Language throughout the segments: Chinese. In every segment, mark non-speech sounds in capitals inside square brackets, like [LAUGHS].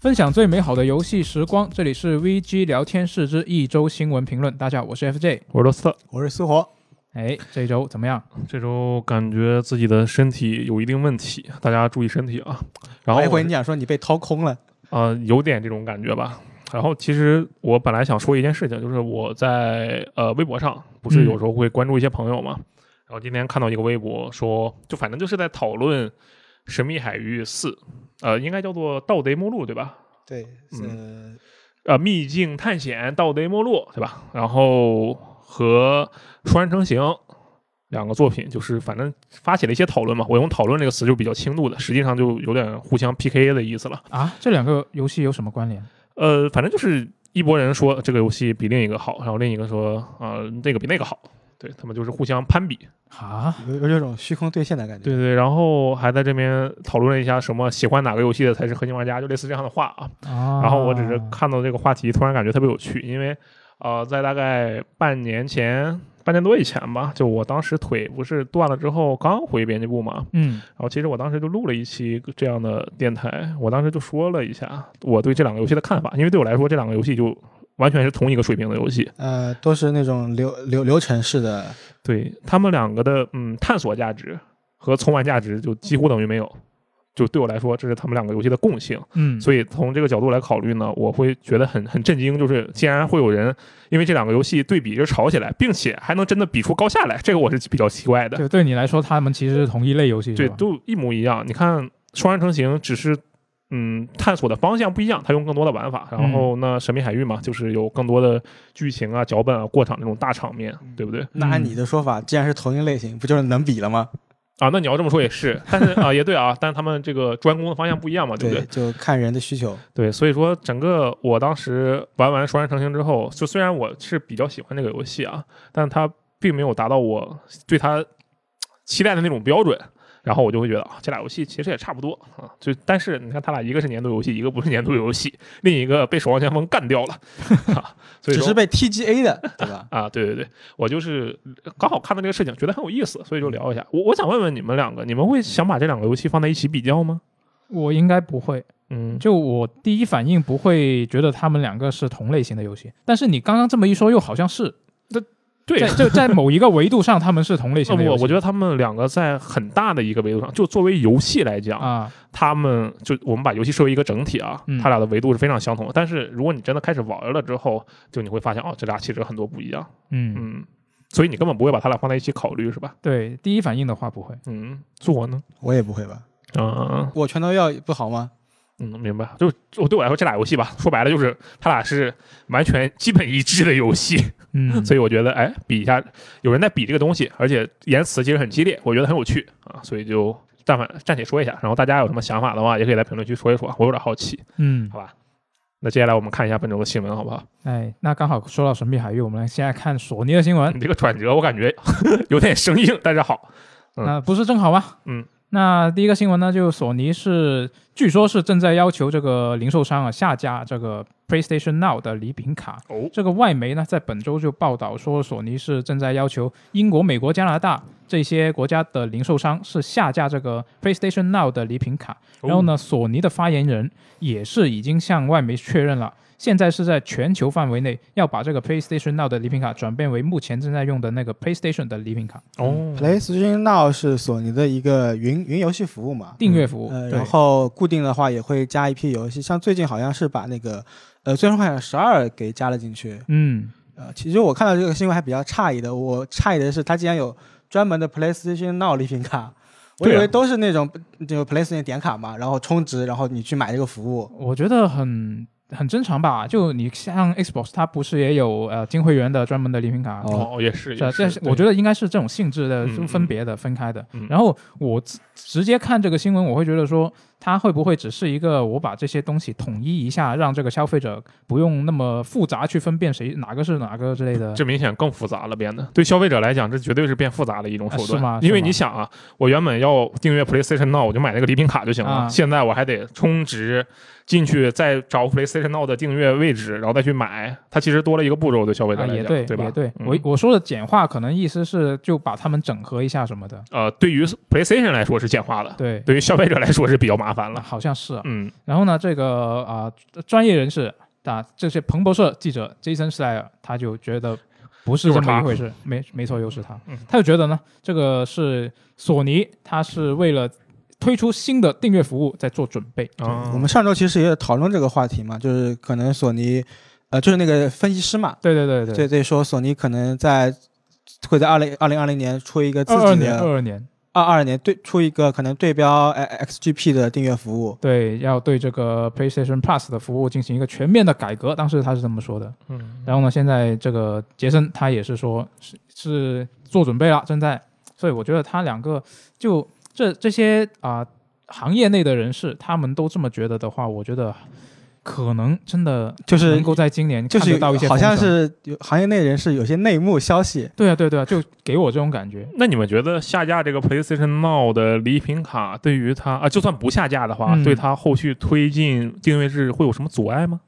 分享最美好的游戏时光，这里是 VG 聊天室之一周新闻评论。大家好，我是 FJ。我是罗斯特，我是苏活，哎，这一周怎么样？这周感觉自己的身体有一定问题，大家注意身体啊。然后上一我回你讲说你被掏空了，呃，有点这种感觉吧。然后其实我本来想说一件事情，就是我在呃微博上不是嗯有时候会关注一些朋友嘛，然后今天看到一个微博说，就反正就是在讨论《神秘海域四》，呃，应该叫做《盗贼目录》对吧？对，呃，呃，秘境探险、盗贼没落，对吧？然后和双人成行两个作品，就是反正发起了一些讨论嘛。我用“讨论”这个词就比较轻度的，实际上就有点互相 PK 的意思了。啊，这两个游戏有什么关联？呃，反正就是一拨人说这个游戏比另一个好，然后另一个说呃那个比那个好，对他们就是互相攀比。啊，有有这种虚空兑现的感觉。对对，然后还在这边讨论了一下什么喜欢哪个游戏的才是核心玩家，就类似这样的话啊。啊然后我只是看到这个话题，突然感觉特别有趣，因为呃，在大概半年前、半年多以前吧，就我当时腿不是断了之后刚回编辑部嘛，嗯然后其实我当时就录了一期这样的电台，我当时就说了一下我对这两个游戏的看法，因为对我来说这两个游戏就完全是同一个水平的游戏，呃，都是那种流流流程式的，对他们两个的嗯探索价值和重玩价值就几乎等于没有。就对我来说，这是他们两个游戏的共性。嗯，所以从这个角度来考虑呢，我会觉得很很震惊，就是竟然会有人因为这两个游戏对比就吵起来，并且还能真的比出高下来，这个我是比较奇怪的。对对你来说，他们其实是同一类游戏，对是，吧都一模一样。你看双人成行只是。嗯，探索的方向不一样，它用更多的玩法。然后呢，神秘海域嘛，就是有更多的剧情啊、脚本啊、过场那种大场面，对不对？那按你的说法，既然是同一类型，不就是能比了吗？啊，那你要这么说也是，但是啊、也对啊，但是他们这个专攻的方向不一样嘛，啊对不对？就看人的需求。对，所以说整个我当时玩完《双人成行》之后，就虽然我是比较喜欢这个游戏啊，但它并没有达到我对它期待的那种标准。然后我就会觉得啊，这俩游戏其实也差不多啊，就但是你看，它俩一个是年度游戏，一个不是年度游戏，另一个被《守望先锋》干掉了， [LAUGHS] 啊、所以只说？是被 TGA 的，对吧 [LAUGHS] 啊，对对对，我就是刚好看到这个事情，觉得很有意思，所以就聊一下。我我想问问你们两个，你们会想把这两个游戏放在一起比较吗？我应该不会。嗯，就我第一反应不会觉得他们两个是同类型的游戏，但是你刚刚这么一说，又好像是对，嗯在就在某一个维度上，他们是同类 [LAUGHS] 型的我游戏。呃我觉得他们两个在很大的一个维度上，就作为游戏来讲，啊，他们就我们把游戏视为一个整体啊，嗯它俩的维度是非常相同的。但是如果你真的开始玩了之后，就你会发现哦，这俩其实很多不一样。嗯，嗯，所以你根本不会把它俩放在一起考虑，是吧？对，第一反应的话不会。嗯，做我呢？我也不会吧？嗯我全都要不好吗？嗯，明白。就就对我来说，这俩游戏吧，说白了就是它俩是完全基本一致的游戏。嗯，所以以我觉得，哎，比一下，有人在比这个东西，而且言辞其实很激烈，我觉得很有趣啊，所以就但凡暂且说一下，然后大家有什么想法的话，也可以在评论区说一啊说，我有点好奇，嗯，好吧？那接下来我们看一下本周的新闻，好不 [LAUGHS] 好？哎，那刚好说到神秘海域，我们来现在看索尼的新闻。你这个转折我感觉 [LAUGHS] 有点生硬，但是好，嗯那不是正好吗？嗯，那第一个新闻呢，就索尼是据说是正在要求这个零售商啊下架这个 PlayStation Now 的礼品卡。哦，这个外媒呢，在本周就报道说，索尼是正在要求英国、美国、加拿大这些国家的零售商是下架这个 PlayStation Now 的礼品卡。哦然后？呢，索尼的发言人也是已经向外媒确认了，现在是在全球范围内要把这个 PlayStation Now 的礼品卡转变为目前正在用的那个 PlayStation 的礼品卡哦， PlayStation Now 是索尼的一个云云游戏服务嘛，订阅服务。呃，对然后固定的话也会加一批游戏，像最近好像是把那个呃《最终幻想十二》给加了进去。嗯呃，其实我看到这个新闻还比较诧异的，我诧异的是它竟然有专门的 PlayStation Now 礼品卡，我以对啊为都是那种就 PlayStation 点卡嘛，然后充值，然后你去买这个服务。我觉得很很正常吧。就你像 Xbox，它不是也有呃金会员的专门的礼品卡？哦哦，也是，是啊也，这是，是我觉得，得应该是这种性质的，嗯是分别的、分开的。嗯然后我直直接看这个新闻，我会觉得说，它会不会只是一个我把这些东西统一一下，让这个消费者不用那么复杂去分辨谁哪个是哪个之类的？这明显更复杂了，变得对消费者来讲，这绝对是变复杂的一种手啊是段。吗因为是吗你想啊，我原本要订阅 PlayStation Now，我就买那个礼品卡就行了。啊现在我还得充值进去，再找 PlayStation Now 的订阅位置，然后再去买。它其实多了一个步骤，对消费者啊，来也讲，对，对吧也？对。嗯我我说的简化，可能意思是就把它们整合一下什么的。呃，对于 PlayStation 来说是简化的，对，对于消费者来说是比较麻麻烦了。好像是啊。嗯，然后呢，这个啊、专业人士啊，这些彭博社记者 Jason Schreier 他就觉得不是这就是么他一回事，没没错，又是他，嗯他就觉得呢，这个是索尼，他是为了推出新的订阅服务在做准备。啊，我们上周其实也讨论这个话题嘛，就是可能索尼，呃，就是那个分析师嘛，对对对对，对对，说索尼可能在会在二零二零二零年出一个自二二己年的二二年，二二年对出一个可能对标呃 X XGP 的订阅服务。对，要对这个 PlayStation Plus 的服务进行一个全面的改革，当时他是这么说的。嗯然后呢，现在这个杰森他也是说是是做准备了，正在，所以我觉得他两个就这这些啊、行业内的人士，他们都这么觉得的话，我觉得可能真的就是能够在今年就看是得到一些好像风声是有行业内人士有些内幕消息，对啊对啊对啊，就给我这种感觉。那你们觉得下架这个 PlayStation Now 的礼品卡，对于它啊，就算不下架的话，嗯对它后续推进订阅制会有什么阻碍吗？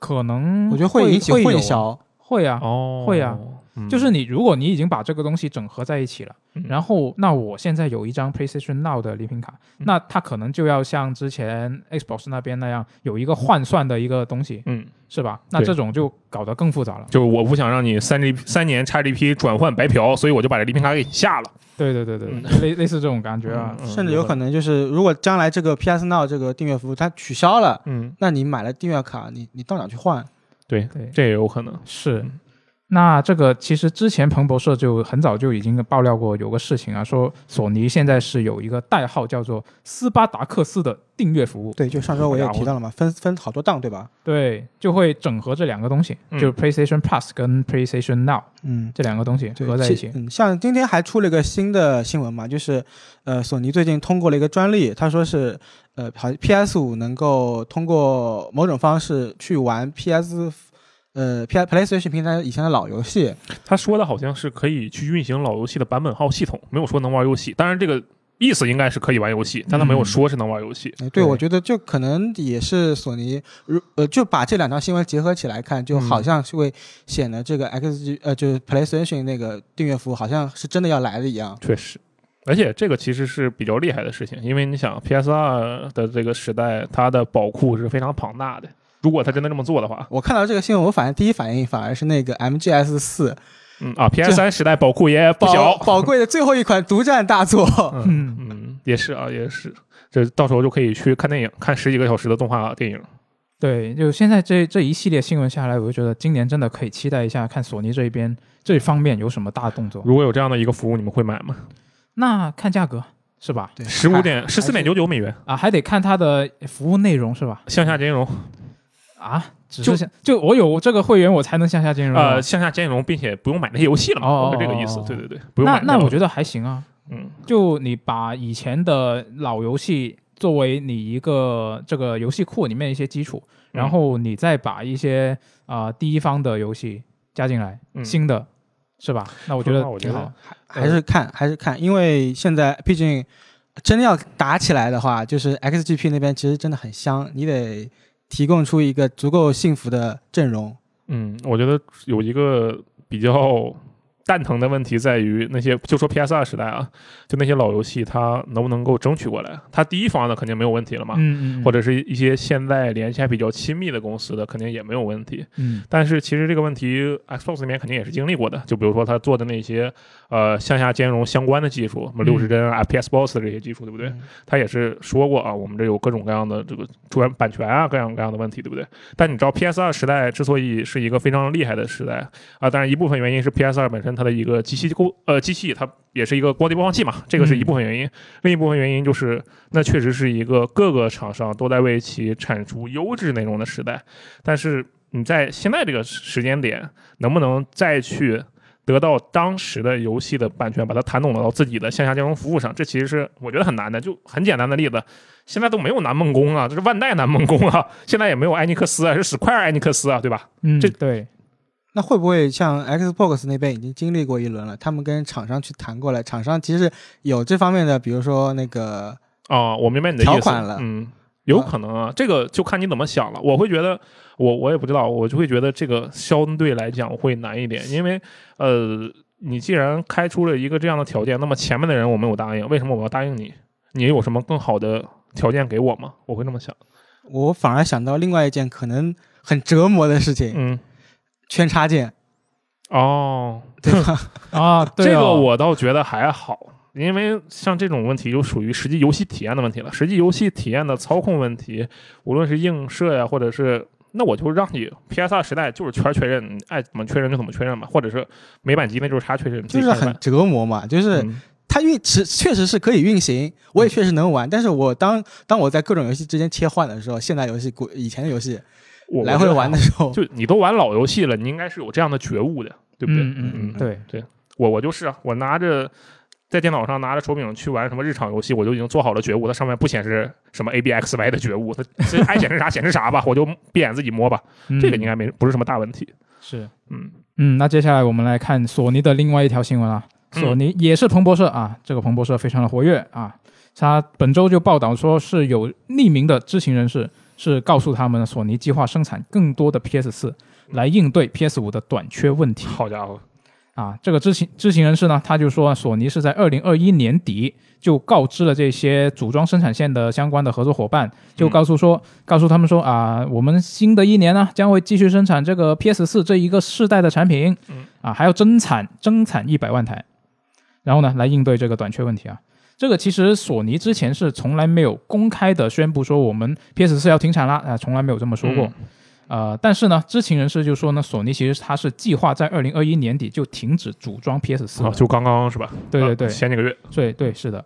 可能我觉得嗯会引起会有混啊淆。会啊，哦会啊，嗯就是你如果你已经把这个东西整合在一起了，嗯然后那我现在有一张 PlayStation Now 的礼品卡，嗯那它可能就要像之前 Xbox 那边那样有一个换算的一个东西，嗯，是吧？那对这种就搞得更复杂了。就是我不想让你三 G 三年 XGP 转换白嫖，所以我就把这礼品卡给下了。对对对对，类类似这种感觉啊。嗯甚至有可，能就是，如果将来这个 PS Now 这个订阅服务它取消了，嗯，那你买了订阅卡，你你到哪去换？对，对，这也有可能。是嗯。那这个其实之前彭博社就很早就已经爆料过有个事情啊，说索尼现在是有一个代号叫做斯巴达克斯的订阅服务，对，就上周我也提到了嘛，分分好多档，对吧？对，就会整合这两个东西，嗯就是 PlayStation Plus 跟 PlayStation Now 嗯，这两个东西对合在一其起。嗯，像今天还出了一个新的新闻嘛，就是呃，索尼最近通过了一个专利，他说是呃，好 PS 五能够通过某种方式去玩 PS 呃 P PlayStation 平台以前的老游戏。他说的好像是可以去运行老游戏的版本号系统，没有说能玩游戏。当然，这个意思应该是可以玩游戏，但他没嗯有说是能玩游戏。哎对对，我觉得就可能也是索尼，如呃，就把这两条新闻结合起来看，就嗯好像是会显得这个 XG 呃，就是 PlayStation 那个订阅服务好像是真的要来的一样。确实，而且这个其实是比较厉害的事情，因为你想 PS 二的这个时代，它的宝库是非常庞大的。如果他真的这么做的话，我看到这个新闻，我反正第一反应反而是那个 MGS 四嗯啊，PS 三时代宝库也不宝小，宝贵的最后一款独占大作。嗯嗯，也是啊，也是，这到时候就可以去看电影，看十几个小时的动画电影。对，就现在这这一系列新闻下来，我就觉得今年真的可以期待一下，看索尼这边这方面有什么大动作。如果有这样的一个服务，你们会买吗？那看价格是吧？对，十五点十四点九九美元，啊，还得看它的服务内容是吧？向下兼容，啊，只就是想就我有这个会员，我才能向下兼容呃，啊。向下兼容，并且不用买那些游戏了嘛，哦哦哦是这个意思。对对对，不用那买那个我觉得还行啊，嗯，就你把以前的老游戏作为你一个这个游戏库里面一些基础，然嗯后你再把一些啊、呃第一方的游戏加进来，嗯新的是吧？那我觉那得我觉挺得好。还是看还是看，因为现在毕竟真要打起来的话，就是 XGP 那边其实真的很香，你得提供出一个足够幸福的阵容。嗯，我觉得有一个比较蛋疼的问题在于，那些就说 PS 二时代啊，就那些老游戏，它能不能够争取过来？它第一方的肯定没有问题了嘛，嗯嗯，或者者是一些现在联系还比较亲密的公司的，肯定也没有问题。嗯但是其实这个问题，Xbox 那边肯定也是经历过的。就比如说他做的那些呃向下兼容相关的技术，什么嗯六十帧啊、PS Boss 的这些技术，对不对？嗯他也是说过啊，我们这有各种各样的这个主权版权啊，各样各样的问题，对不对？但你知道 PS 二时代之所以是一个非常厉害的时代啊，当然一部分原因是 PS 二本身它的一个机器构呃机器它也是一个光碟播放器嘛，这个是一部分原因。另一部分原因就是那确实是一个各个厂商都在为其产出优质内容的时代，但是你在现在这个时间点，能不能再去？得到当时的游戏的版权，把它谈拢到自己的线下金融服务上，这其实是我觉得很难的。就很简单的例子，现在都没有南梦宫啊，这是万代南梦宫啊，现在也没有艾尼克斯啊，是史快尔艾尼克斯啊，对吧？嗯，这对那会不会像 Xbox 那边已经经历过一轮了？他们跟厂商去谈过了，厂商其实有这方面的，比如说那个，啊、我明白你的意思。条款了啊嗯，有可能啊，这个就看你怎么想了。我会觉得，我我也不知道，我就会觉得这个相对来讲会难一点，因为呃，你既然开出了一个这样的条件，那么前面的人我没有答应，为什么我要答应你？你有什么更好的条件给我吗？我会这么想。我反而想到另外一件可能很折磨的事情，嗯，圈插件，哦，对吧？啊，对这个哦我倒觉得还好，因为像这种问题就属于实际游戏体验的问题了。实际游戏体验的操控问题，无论是映射呀，或者是那我就让你 PS2 时代就是圈确认，你爱怎么确认就怎么确认吧，或者是美版机那就是啥确认，你自己就是看着很办。折磨嘛，就是嗯它运实确实是可以运行，我也确实能玩，但是我当当我在各种游戏之间切换的时候，现代游戏、古以前的游戏我来回玩的，时候我，觉得还好就你都玩老游戏了，你应该是有这样的觉悟的，对不对？嗯嗯嗯嗯，对，我我就是啊，我拿着在电脑上拿着手柄去玩什么日常游戏，我就已经做好了觉悟，它上面不显示什么 A B X Y 的觉悟，它这爱显示啥显 [LAUGHS] 示啥吧，我就闭眼自己摸吧，这个嗯应该没不是什么大问题。是。嗯，嗯，那接下来我们来看索尼的另外一条新闻啊，嗯索尼也是彭博社啊，这个彭博社非常的活跃啊，他本周就报道说是有匿名的知情人士是告诉他们，索尼计划生产更多的 PS 四来应对 PS 五的短缺问题好家伙，啊。这个知情知情人士呢，他就说啊索尼是在二零二一年底就告知了这些组装生产线的相关的合作伙伴，就告诉说、告诉他们说啊，我们新的一年呢将会继续生产这个 PS 四这一个世代的产品，嗯啊，还要增产增产一百万台，然后呢来应对这个短缺问题啊。这个其实索尼之前是从来没有公开的宣布说我们 PS 四要停产啦，啊、从来没有这么说过。呃，但是呢，知情人士就说呢，索尼其实它是计划在二零二一年底就停止组装 PS 四、啊，就刚刚是吧？对对对，啊前几个月，对对，是的，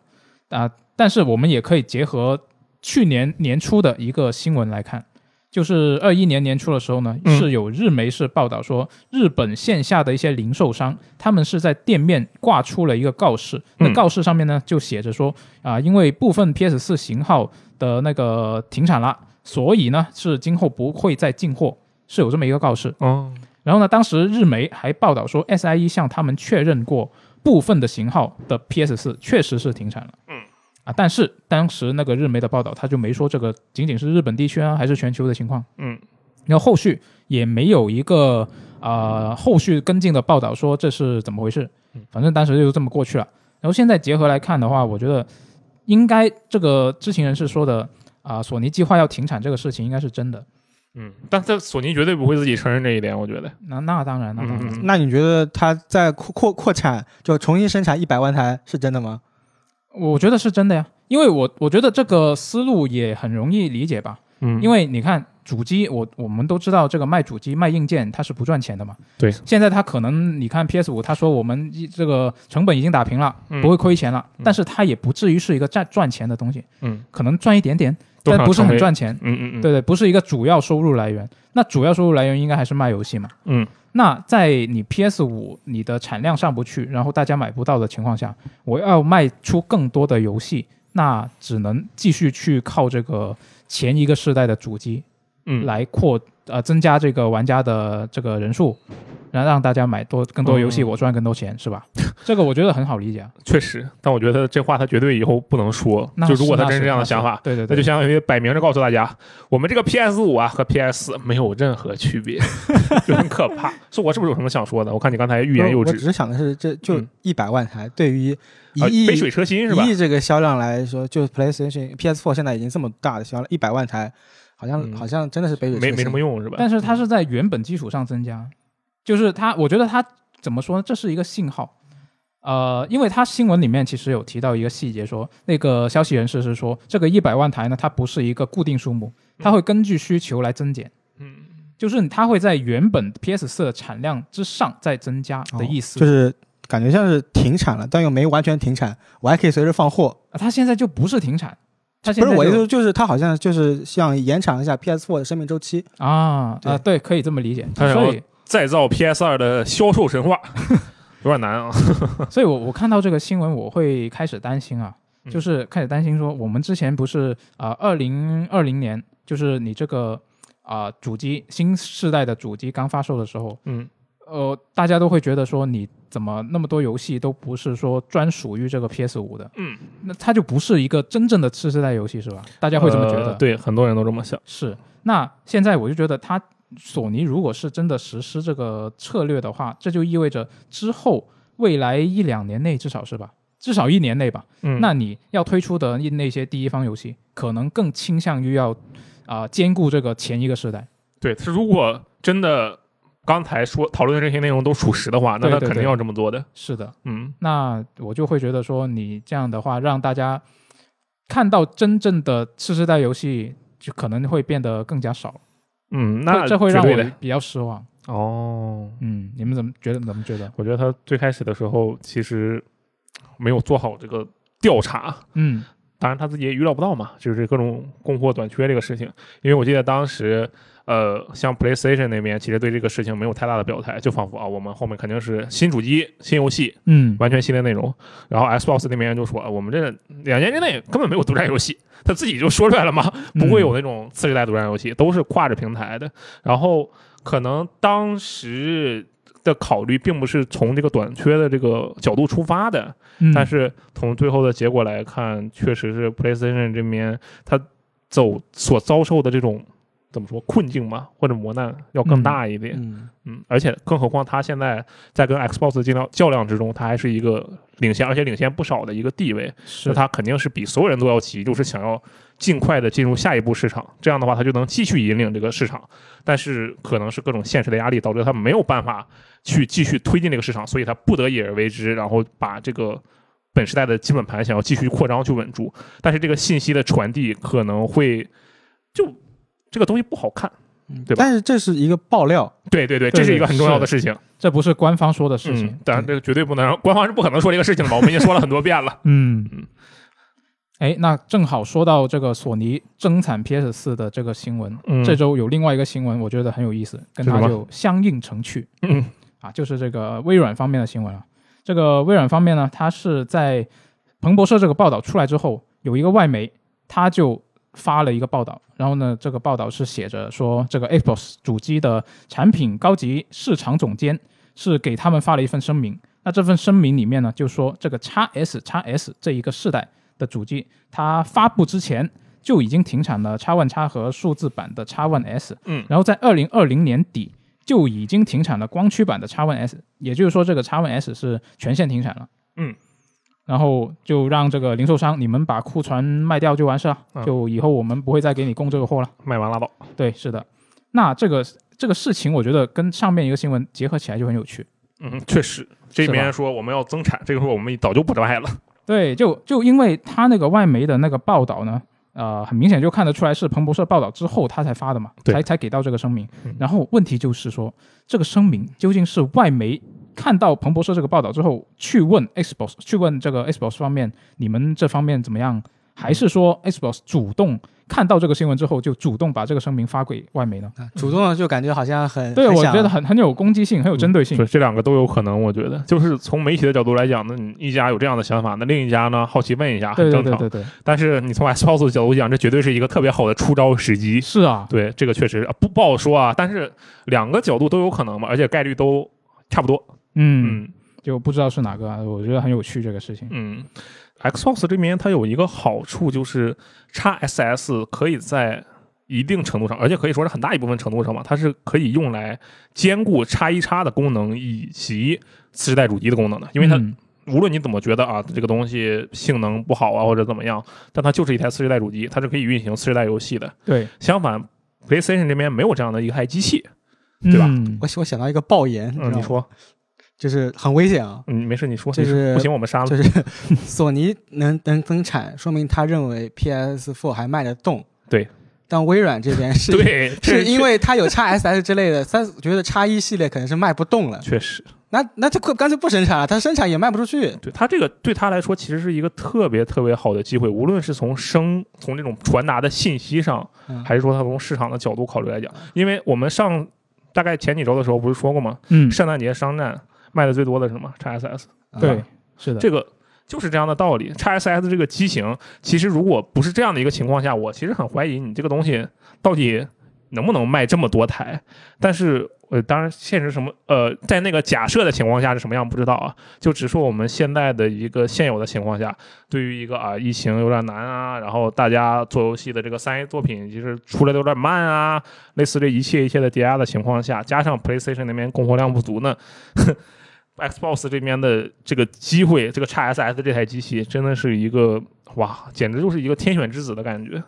啊、但是我们也可以结合去年年初的一个新闻来看，就是二一年年初的时候呢，嗯是有日媒是报道说，日本线下的一些零售商，他们是在店面挂出了一个告示，那嗯告示上面呢就写着说，啊、因为部分 PS 四型号的那个停产了，所以呢是今后不会再进货，是有这么一个告示。嗯，然后呢，当时日媒还报道说，SIE 向他们确认过部分的型号的 PS 四确实是停产了。嗯。啊，但是当时那个日媒的报道，他就没说这个仅仅是日本地区啊，还是全球的情况。嗯。然后后续也没有一个啊后续跟进的报道说这是怎么回事嗯。反正当时就这么过去了。然后现在结合来看的话，我觉得应该这个知情人士说的啊、索尼计划要停产这个事情应该是真的。嗯，但这索尼绝对不会自己承认这一点，我觉得。那那当然，那当然。嗯那你觉得它在扩扩扩产，就重新生产一百万台是真的吗？我觉得是真的呀，因为我我觉得这个思路也很容易理解吧，嗯，因为为你看主机，我我们都知道这个卖主机卖硬件它是不赚钱的嘛，对现在它可能你看 PS 五，它说我们一这个成本已经打平了，嗯不会亏钱了，嗯但是它也不至于是一个赚赚钱的东西，嗯可能赚一点点，都但想不是成很为赚钱，嗯嗯嗯，对对，不是一个主要收入来源。那主要收入来源应该还是卖游戏嘛。嗯。那在你 PS 五你的产量上不去，然后大家买不到的情况下，我要卖出更多的游戏，那只能继续去靠这个前一个世代的主机嗯，来扩呃增加这个玩家的这个人数，然后让大家买多更多游戏，嗯我赚更多钱，是吧？这个我觉得很好理解啊。确实，但我觉得这话他绝对以后不能说。那 [LAUGHS] 就如果他那真是这样的那想法，对对那对，就相当于摆明着告诉大家，我们这个 PS 五啊和 PS 4没有任何区 [LAUGHS] 别，就很可怕。是我是不是有什么想说的？我看你刚才欲言又我只止，是想的是，这就嗯一百万台，对于一啊亿、杯水车薪是吧一？亿这个销量来说，就 PlayStation、PS4 现在已经这么大的销量，一百万台，好像、嗯好像真的是杯水车没薪。没什么用是吧？但是它是在原本基础上增加，就是它，我觉得它怎么说呢？这是一个信号。呃，因为它新闻里面其实有提到一个细节说，那个消息人士是说，这个一百万台呢，它不是一个固定数目，它会根据需求来增减，嗯，就是它会在原本 PS 四的产量之上再增加的意思。哦就是是感觉像是停产了，但又没完全停产，我还可以随时放货。啊它现在就不是停产，它现不在是我的意就思，就是它好像就是想延长一下 PS4 的生命周期。啊啊、对对，可以这么理解。它想要所以再造 PS 二的销售 [LAUGHS] 神话有点难啊。所以我我看到这个新闻，我会开始担心啊，嗯就是开始担心说，我们之前不是啊，二零二零年就是你这个啊、主机新世代的主机刚发售的时候，嗯呃，大家都会觉得说，你怎么那么多游戏都不是说专属于这个 PS 五的，嗯，那它就不是一个真正的次世代游戏是吧？大家会这么觉得？呃对，很多人都这么想。是，那现在我就觉得它索尼如果是真的实施这个策略的话，这就意味着之后未来一两年内至少是吧，至少一年内吧。嗯，那你要推出的那些第一方游戏，可能更倾向于要啊、兼顾这个前一个时代。对，他如果真的刚才说讨论的这些内容都属实的话，那他对对对肯定要这么做的。是的，嗯，那我就会觉得说，你这样的话，让大家看到真正的次世代游戏，就可能会变得更加少。嗯，那这这会让绝对我的比较失望。哦。嗯，你们怎么觉得？怎么 [LAUGHS] 觉得？我觉得他最开始的时候其实没有做好这个调查，嗯当然他自己也预料不到嘛，就是各种供货短缺这个事情。因为我记得当时，呃，像 PlayStation 那边其实对这个事情没有太大的表态，就仿佛啊，我们后面肯定是新主机、新游戏，嗯，完全新的内容。然后 Xbox 那边就说，啊我们这两年之内根本没有独占游戏，他自己就说出来了嘛，不嗯会有那种次世代独占游戏，都是跨着平台的。然后可能当时的考虑并不是从这个短缺的这个角度出发的，嗯，但是从最后的结果来看，确实是 PlayStation 这边它走所遭受的这种怎么说困境嘛，或者磨难要更大一点。嗯嗯，而且更何况它现在在跟 Xbox 竞量较量之中，它还是一个领先，而且领先不少的一个地位。是那它肯定是比所有人都要急，就是想要尽快的进入下一步市场。这样的话，它就能继续引领这个市场。但是可能是各种现实的压力，导致它没有办法去继续推进这个市场，所以它不得已而为之，然后把这个本时代的基本盘想要继续扩张去稳住。但是这个信息的传递可能会就这个东西不好看。嗯对吧但是这是一个爆料，对对对，对这是一个对很重要的事情。这不是官方说的事情嗯，。当然这个绝对不能让官方是不可能说这个事情的嘛，我们已经说了很多遍了。嗯嗯，哎，那正好说到这个索尼增产 PS 四的这个新闻，嗯这周有另外一个新闻，我觉得很有意思，跟是它什么就相应成趣嗯啊，就是这个微软方面的新闻啊。这个微软方面呢，它是在彭博社这个报道出来之后，有一个外媒，它就发了一个报道，然后呢，这个报道是写着说，这个 Xbox 主机的产品高级市场总监是给他们发了一份声明。那这份声明里面呢，就说这个 x S x S 这一个世代的主机，它发布之前就已经停产了 x One x 和数字版的 x One S，嗯然后在二零二零年底就已经停产了光驱版的 x One S，也就是说这个 x One S 是全线停产了。嗯。然后就让这个零售商你们把库存卖掉就完事了，嗯就以后我们不会再给你供这个货了。卖完拉倒。对，是的。那这个这个事情，我觉得跟上面一个新闻结合起来就很有趣。嗯，确实，这是吧边说我们要增产，这个时候我们早就不卖了。对，就就因为他那个外媒的那个报道呢，呃，很明显就看得出来是彭博社报道之后他才发的嘛，对才才给到这个声明嗯。然后问题就是说，这个声明究竟是外媒看到彭博社这个报道之后去问 Xbox，去问这个 Xbox 方面你们这方面怎么样，还是说 Xbox 主动看到这个新闻之后就主动把这个声明发给外媒呢？啊嗯主动的就感觉好像很对，很我想觉得很很有攻击性，很有针对性对，。这两个都有可能，我觉得就是从媒体的角度来讲呢，你一家有这样的想法，那另一家呢好奇问一下，很对对正对常。对对，但是你从 Xbox 的角度讲，这绝对是一个特别好的出招时机。是啊，对，这个确实啊不不好说啊，但是两个角度都有可能嘛，而且概率都差不多。嗯，就不知道是哪个啊，我觉得很有趣这个事情。嗯，Xbox 这边它有一个好处就是，x SS 可以在一定程度上，而且可以说是很大一部分程度上吧，它是可以用来兼顾叉一叉的功能以及次世代主机的功能的，因为它嗯无论你怎么觉得啊，这个东西性能不好啊，或者怎么样，但它就是一台次世代主机，它是可以运行次世代游戏的。对相反，PlayStation 这边没有这样的一台机器。对吧嗯我我想到一个爆言，知道嗯，吗你说，就是很危险啊，嗯，没事，你说，就你说是不行，我们杀了就。是 [LAUGHS] 索尼能能增产，说明他认为 PS4 还卖得动。对，但微软这边是对，这 [LAUGHS] 是因为它有 x SS 之类的，三觉得 x 一系列可能是卖不动了，确实，那那就干脆不生产了，它生产也卖不出去。对他这个对他来说，其实是一个特别特别好的机会，无论是从声、从这种传达的信息上，嗯还是说他从市场的角度考虑来讲，因为我们上大概前几周的时候不是说过吗？嗯，圣诞节商战卖的最多的是什么？XSS，啊对，是的，啊这个就是这样的道理。XSS 这个机型，其实如果不是这样的一个情况下，我其实很怀疑你这个东西到底能不能卖这么多台。但是，呃，当然现实什么，呃，在那个假设的情况下是什么样不知道啊。就只说我们现在的一个现有的情况下，对于一个啊疫情有点难啊，然后大家做游戏的这个三 A 作品其实出来的有点慢啊，类似这一切一切的叠压的情况下，加上 PlayStation 那边供货量不足呢。 Xbox 这边的这个机会，这个 XSS 这台机器真的是一个哇，简直就是一个天选之子的感觉。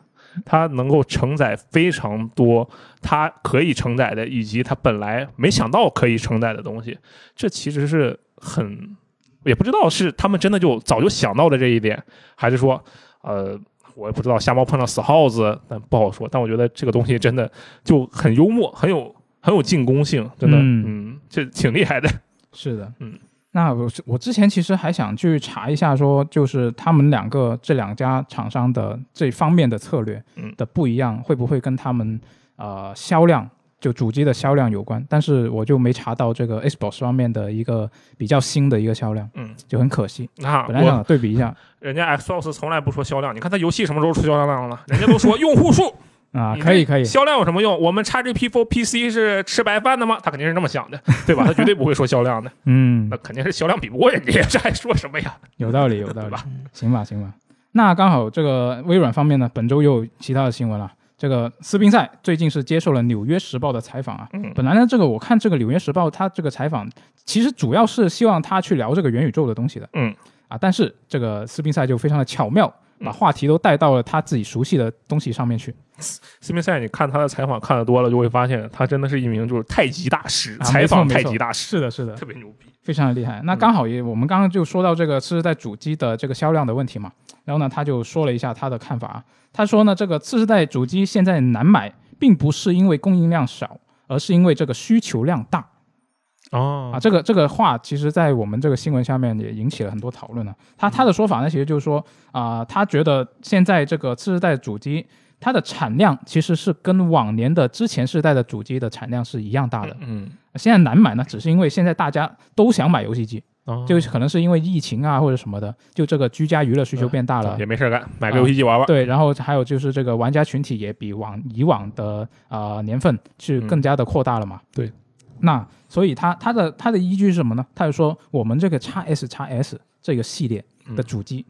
它能够承载非常多它可以承载的，以及它本来没想到可以承载的东西。这其实是很，也不知道是他们真的就早就想到了这一点，还是说，呃，我也不知道瞎猫碰上死耗子，但不好说。但我觉得这个东西真的就很幽默，很有很有进攻性，真的，嗯嗯，这挺厉害的。是的，嗯。那我是我之前其实还想去查一下，说就是他们两个这两家厂商的这方面的策略嗯的不一样，会不会跟他们呃销量就主机的销量有关？但是我就没查到这个 Xbox 方面的一个比较新的一个销量，嗯，就很可惜。那本来啊我想对比一下人家 Xbox 从来不说销量，你看它游戏什么时候出销量量了？人家都说用户数啊，你可以这可以，销量有什么用？我们 XGP for PC 是吃白饭的吗？他肯定是这么想的，对吧？他绝对不会说销量的，嗯那，肯定是销量比不过人家，这还说什么呀？有道理有道 [LAUGHS] 对理。吧？行吧，行吧。那刚好这个微软方面呢，本周又有其他的新闻了。这个斯宾塞最近是接受了《纽约时报》的采访啊。嗯本来呢，这个我看这个《纽约时报》它这个采访，其实主要是希望他去聊这个元宇宙的东西的。嗯。啊，但是这个斯宾塞就非常的巧妙，把嗯话题都带到了他自己熟悉的东西上面去。斯宾塞，你看他的采访看的多了，就会发现他真的是一名就是太极大师，啊采访没错太没错极大师，是的，是的，特别牛逼。非常的厉害。那刚好也，我们刚刚就说到这个次世代主机的这个销量的问题嘛，然后呢，他就说了一下他的看法啊。他说呢，这个次世代主机现在难买，并不是因为供应量少，而是因为这个需求量大哦啊。这个这个话，其实在我们这个新闻下面也引起了很多讨论了、他他的说法呢，其实就是说啊、他觉得现在这个次世代主机。它的产量其实是跟往年的之前世代的主机的产量是一样大的。嗯，现在难买呢，只是因为现在大家都想买游戏机，哦就可能是因为疫情啊或者什么的，就这个居家娱乐需求变大了。啊也没事儿干，买个游戏机玩玩。对，然后还有就是这个玩家群体也比往以往的呃年份去更加的扩大了嘛。对，那所以他他的他的依据是什么呢？他就说我们这个 x S x S 这个系列嗯的主机，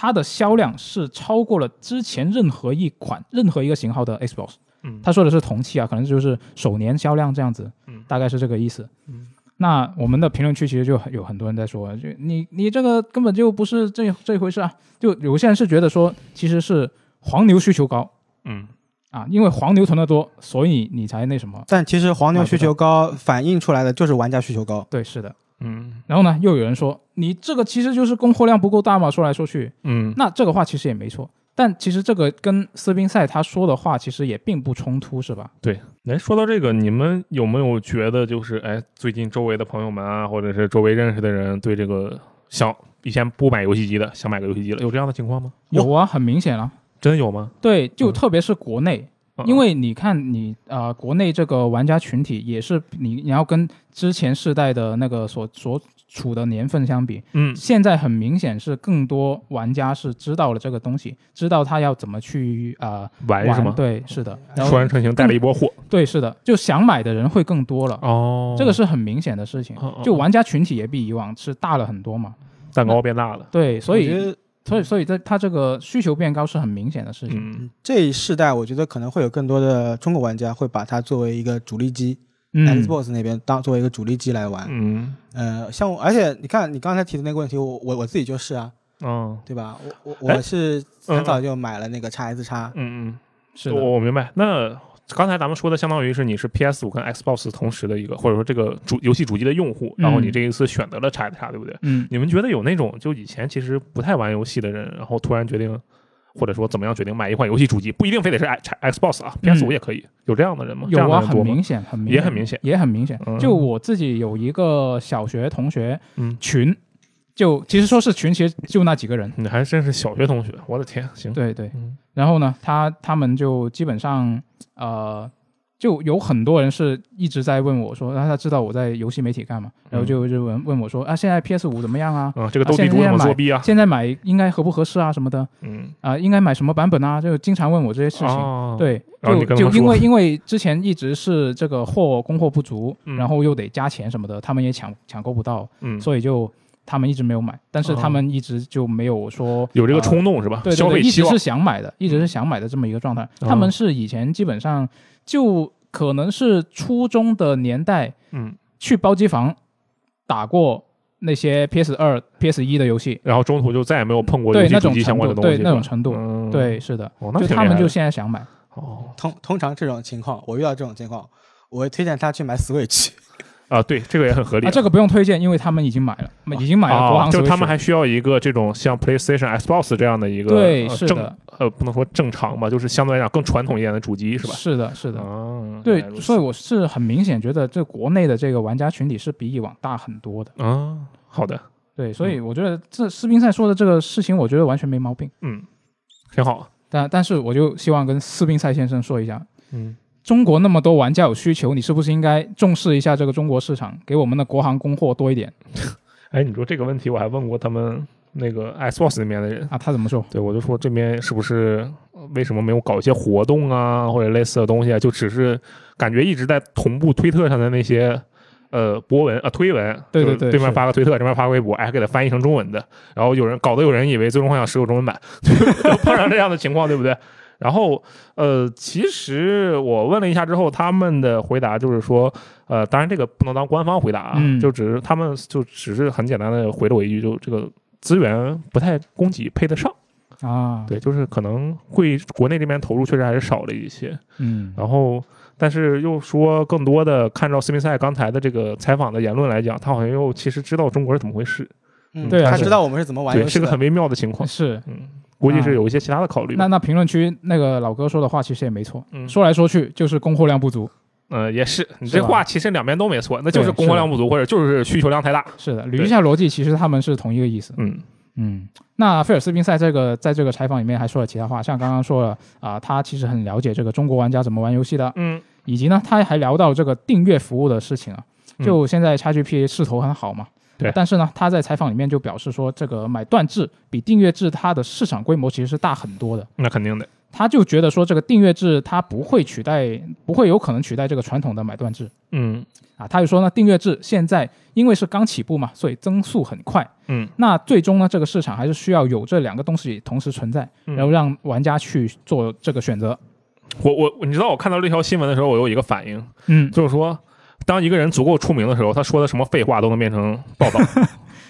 它的销量是超过了之前任何一款任何一个型号的 Xbox。嗯，他说的是同期啊，可能就是首年销量这样子，嗯大概是这个意思。嗯那我们的评论区其实就很有很多人在说，就你你这个根本就不是这这回事啊！就有些人是觉得说，其实是黄牛需求高嗯，啊，因为黄牛囤的多，所以你才那什么。但其实黄牛需求高反映出来的就是玩家需求高。对，是的。嗯然后呢，又有人说你这个其实就是供货量不够大嘛，说来说去，嗯那这个话其实也没错。但其实这个跟斯宾塞他说的话其实也并不冲突，是吧？哎，说到这个，你们有没有觉得就是哎，最近周围的朋友们啊，或者是周围认识的人，对这个想以前不买游戏机的，想买个游戏机了，有这样的情况吗？有啊，很明显了。真有吗？对，就嗯特别是国内，嗯因为你看你呃，国内这个玩家群体也是你你要跟之前世代的那个所所处的年份相比，嗯现在很明显是更多玩家是知道了这个东西，知道他要怎么去呃玩是吗？对，是的，然说后完成型带了一波货对，是的，就想买的人会更多了。哦这个是很明显的事情嗯嗯，就玩家群体也比以往是大了很多嘛，蛋糕变大了。对，所我觉以得所以所以这它这个需求变高是很明显的事情，嗯这一世代，我觉得可能会有更多的中国玩家会把它作为一个主力机、嗯哎 x b o x 那边当作为一个主力机来玩。嗯呃，像我，而且你看你刚才提的那个问题，我我我自己就是啊，嗯对吧？我我哎我是嗯很早就买了那个 x S x 嗯是嗯，的我我明白。那刚才咱们说的，相当于是你是 PS 五跟 Xbox 同时的一个，或者说这个主游戏主机的用户，然后你嗯这一次选择了叉 X，对不对？嗯，你们觉得有那种就以前其实不太玩游戏的人，然后突然决定，或者说怎么样决定买一款游戏主机，不一定非得是 X Xbox 啊，PS 五也可以，有这样的人吗？嗯有这样的啊，人很多吗？明显，很明也很明显，也很明显。嗯就我自己有一个小学同学嗯，群，就其实说是群，其实就那几个人。你还真是小学同学，我的天，行，对对，嗯然后呢，他他们就基本上呃，就有很多人是一直在问我说，啊然后他知道我在游戏媒体干嘛，然后就就问问我说啊，现在 PS 五怎么样啊？嗯，这个斗地主怎么作弊啊？现在买应该合不合适啊什么的嗯，啊、应该买什么版本啊？就经常问我这些事情。哦，对，然后你就跟他就们因说为因为之前一直是这个货供货不足，嗯然后又得加钱什么的，他们也抢抢购不到，嗯，哦所以就他们一直没有买，但是他们一直就没有说有这个呃冲动是吧？对消对对，费一期直望哦是，想买的，一直是想买的这么一个状态。他们是以前基本上就可能是初中的年代嗯去包机房打过那些 PS 二、PS 一的游戏。然后中途就再也没有碰过对游戏那主种机相程关的度东西对是吧，那种程度嗯，对，是的，哦，那就挺他厉们害就的现在想买，哦通通常这种情况，我遇到这种情况，我会推荐他去 [LAUGHS] 买 Switch。啊，对，这个也很合理啊，。这个不用推荐，因为他们已经买了，已经买了国啊，行就 Switch 了。他们还需要一个这种像 PlayStation、Xbox 这样的一个对呃是正的呃不能说正常吧，就是相对来讲更传统一点的主机是吧？是的，是的。啊，对原来，如此所以我是很明显觉得，这国内的这个玩家群体是比以往大很多的。啊，好的，对，所以我觉得这士兵赛说的这个事情，我觉得完全没毛病。嗯，挺好，但但是我就希望跟士兵赛先生说一下，嗯，中国那么多玩家有需求，你是不是应该重视一下这个中国市场，给我们的国行供货多一点哎，你说这个问题我还问过他们那个 Xbox 那边的人，啊？他怎么说？对我就说这边是不是呃为什么没有搞一些活动啊或者类似的东西啊，就只是感觉一直在同步推特上的那些。呃，博文啊，推文，对就是对对对面是发个推特，这边发个微博，哎，给它翻译成中文的，然后有人搞得有人以为《最终幻想十》有中文版， [LAUGHS] 就碰上这样的情况，对不对？然后，呃，其实我问了一下之后，他们的回答就是说，呃，当然这个不能当官方回答啊，嗯就只是他们就只是很简单的回了我一句，就这个资源不太供给配得上，啊，，对，就是可能会国内这边投入确实还是少了一些，嗯，然后，但是又说更多的看到斯宾塞刚才的这个采访的言论来讲，他好像又其实知道中国是怎么回事，嗯，对啊他是知道我们是怎么玩游对，戏是的。个很微妙的情况，是。嗯，估计啊是有一些其他的考虑吧，那那评论区那个老哥说的话其实也没错，嗯说来说去就是供货量不足。呃，也是，你是这吧话其实两边都没错，那就是对供货量不足，或者就是需求量太大。是的，捋一下逻辑，其实他们是同一个意思。嗯，嗯，那菲尔斯宾塞这个在这个采访里面还说了其他话，像刚刚说了啊、他其实很了解这个中国玩家怎么玩游戏的，嗯，以及呢，他还聊到这个订阅服务的事情啊。[LAUGHS] 嗯就现在 XGP 势头很好嘛，对但是呢，他在采访里面就表示说，这个买断制比订阅制它的市场规模其实是大很多的。那肯定的。他就觉得说，这个订阅制它不会取代，不会有可能取代这个传统的买断制嗯啊。他就说呢，订阅制现在因为是刚起步嘛，所以增速很快。嗯，那最终呢，这个市场还是需要有这两个东西同时存在，嗯然后让玩家去做这个选择。我我你知道我看到这条新闻的时候，我有一个反应，嗯，就是说，当一个人足够出名的时候，他说的什么废话都能变成报 [LAUGHS] 道，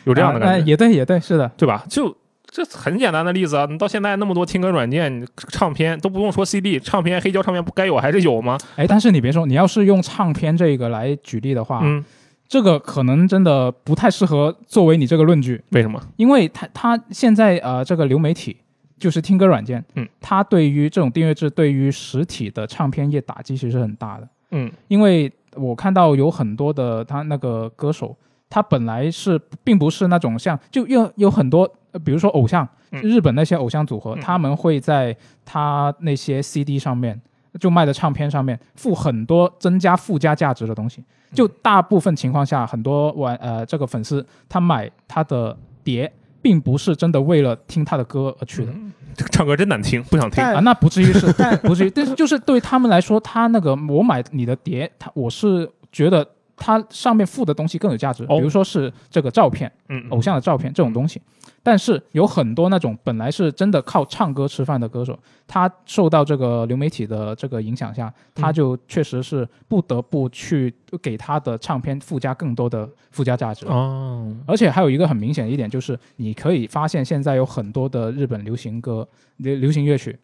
有这样啊的感哎觉，也对，也对，是的，对吧？就。这很简单的例子啊，你到现在那么多听歌软件、唱片都不用说 CD，唱片黑胶唱片不该有还是有吗？哎，但是你别说，你要是用唱片这个来举例的话，嗯，这个可能真的不太适合作为你这个论据，为什么？因为它它现在呃这个流媒体就是听歌软件，嗯，它对于这种订阅制对于实体的唱片业打击其实很大的。嗯因为我看到有很多的他那个歌手，他本来是并不是那种像就有有很多，呃比如说偶像，嗯日本那些偶像组合，嗯他们会在他那些 CD 上面。就卖的唱片上面附很多增加附加价值的东西，嗯就大部分情况下，很多玩呃这个粉丝他买他的碟，并不是真的为了听他的歌而去的，嗯这个唱歌真难听，不想听。但啊，那不至于是，但不至于，但是就是对他们来说，他那个我买你的碟，他我是觉得它上面附的东西更有价值，哦比如说是这个照片、嗯，偶像的照片这种东西。但是有很多那种本来是真的靠唱歌吃饭的歌手，他受到这个流媒体的这个影响下，嗯他就确实是不得不去给他的唱片附加更多的附加价值。哦，而且还有一个很明显的一点就是，你可以发现现在有很多的日本流行歌、流流行乐曲，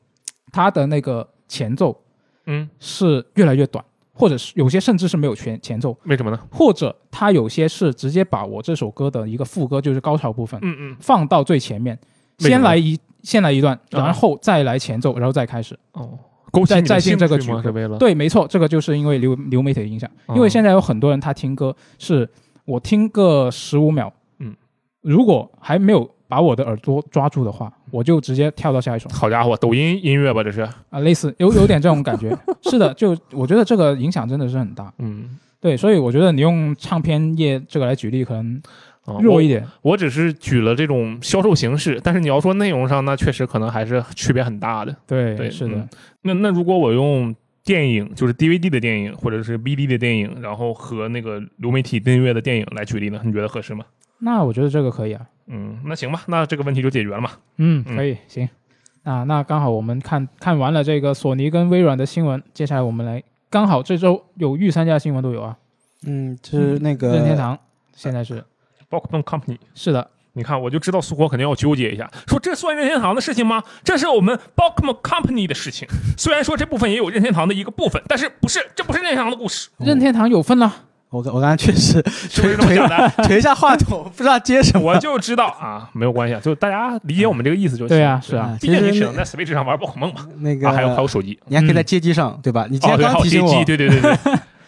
它的那个前奏嗯，是越来越短，或者是有些甚至是没有前前奏，为什么呢？或者它有些是直接把我这首歌的一个副歌，就是高潮部分，嗯嗯，放到最前面，为什先么来一先来一段，啊然后再来前奏，然后再开始。哦，勾起再你的再进兴这个趣曲吗？库是为了对，没错，这个就是因为流流媒体的影响，因为啊哦现在有很多人他听歌是我听个十五秒，嗯，如果还没有把我的耳朵抓住的话，我就直接跳到下一 [LAUGHS] 首好家伙，抖音音乐吧，这是。啊，类似有有点这种感觉。是的，就我觉得这个影响真的是很大，嗯，对，所以我觉得你用唱片业这个来举例可能啊弱一点，我。我只是举了这种销售形式，但是你要说内容上，那确实可能还是区别很大的。对，对，是的，嗯那那如果我用电影，就是 DVD 的电影或者是 BD 的电影，然后和那个流媒体订阅的电影来举例呢，你觉得合适吗？那我觉得这个可以啊，嗯，那行吧，那这个问题就解决了嘛。嗯，嗯可以，行。啊，那刚好我们看看完了这个索尼跟微软的新闻，接下来我们来，刚好这周有御三家新闻都有啊，呃嗯，就是那个任天堂现在是 Rockman Company。是的，你看，我就知道苏国肯定要纠结一下，说这算任天堂的事情吗？这是我们 Bokman Company 的事情。虽然说这部分也有任天堂的一个部分，但是不是，这不是任天堂的故事，任天堂有份了。我刚我刚才 [LAUGHS] 确实是不是这么讲的？捶一下话筒，不知道接什么。我就知道啊，没有关系，啊，就大家理解我们这个意思就行。对啊，是啊，啊毕竟你其只实能在 Switch 上玩宝可梦嘛，那个、啊，还有还有手机。你还可以在街机上，对吧？你今哦，天对，刚还有提街醒我，机，对对对对，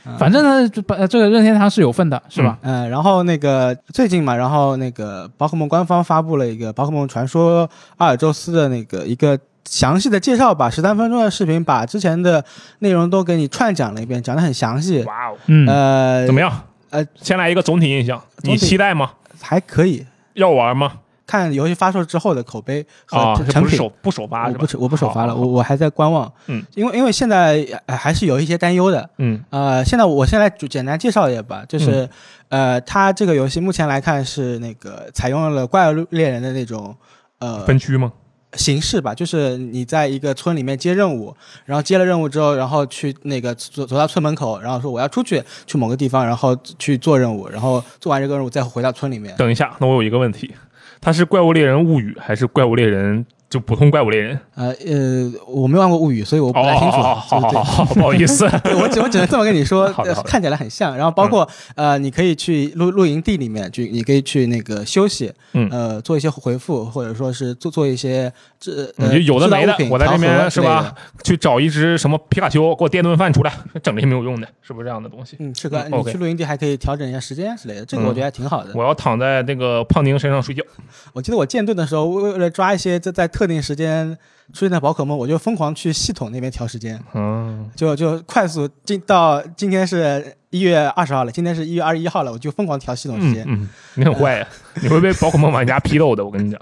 嗯反正呢，这呃这个任天堂是有份的，是吧？嗯，然后那个最近嘛，然后那个宝可梦官方发布了一个《宝可梦传说阿尔宙斯》的那个一个详细的介绍吧，十三分钟的视频，把之前的内容都给你串讲了一遍，讲的很详细。哇哦，嗯，呃怎，么样？呃，先来一个总体印象，总体你期待吗？还可以要玩吗？看游戏发售之后的口碑啊和，这成不是品。首不首发我是吧不？首我不首发了，好好我我还在观望。嗯，因为因为现在呃还是有一些担忧的。嗯呃，现在我现在就简单介绍一下吧，就是、呃，它这个游戏目前来看是那个采用了怪物猎人的那种呃分区吗？形式吧，就是你在一个村里面接任务，然后接了任务之后，然后去那个走走到村门口，然后说我要出去去某个地方，然后去做任务，然后做完这个任务再回到村里面。等一下，那我有一个问题，它是《怪物猎人物语》还是《怪物猎人》就普通《怪物猎人》？呃呃，我没玩过物语，所以我不哦，太清楚。啊好好对好对好好，不好意思，，[LAUGHS] 对我只我只能这么跟你 [LAUGHS] 说好的呃好的嗯看起来很像。然后包括、呃，你可以去露露营地里面去，你可以去那个休息，嗯呃，做一些回复，或者说是做做一些这、嗯呃、就有的制造没的物品我在这边调和是之类的吧？去找一只什么皮卡丘给我垫顿饭出来，整这些没有用的，是不是这样的东西？嗯，是的，嗯你 OK 去露营地还可以调整一下时间之类的，这个嗯我觉得还挺好的。我要躺在那个胖丁身上睡觉。我记得我建队的时候，为为了抓一些在在特定时间出现的宝可梦，我就疯狂去系统那边调时间，嗯，就就快速进到今天是一月二十号了，今天是一月二十一号了，我就疯狂调系统时嗯间。嗯，你很坏呀，你会被宝可梦玩家批斗的。我跟你讲，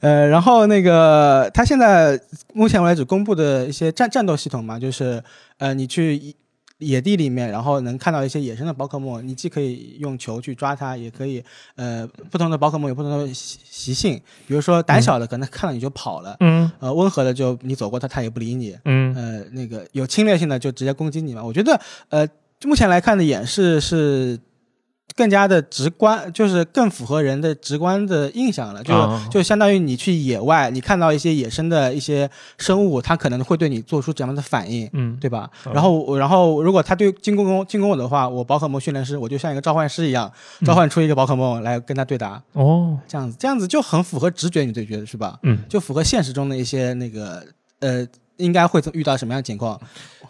呃，然后那个他现在目前为止公布的一些战战斗系统嘛，就是呃，你去野野地里面，然后能看到一些野生的宝可梦，你既可以用球去抓它，也可以呃，不同的宝可梦有不同的习习性，比如说胆小的可能看到你就跑了，嗯呃，温和的就你走过它它也不理你，嗯呃，那个有侵略性的就直接攻击你嘛。我觉得，呃，目前来看的演示是更加的直观，就是更符合人的直观的印象了。就、啊就相当于你去野外，你看到一些野生的一些生物，它可能会对你做出怎样的反应，嗯，对吧？啊然后我，然后如果它对进攻进攻我的话，我宝可梦训练师我就像一个召唤师一样，召唤出一个宝可梦来跟它对打，哦，这样子，这样子就很符合直觉，你对觉得是吧？嗯，就符合现实中的一些那个呃，应该会遇到什么样的情况？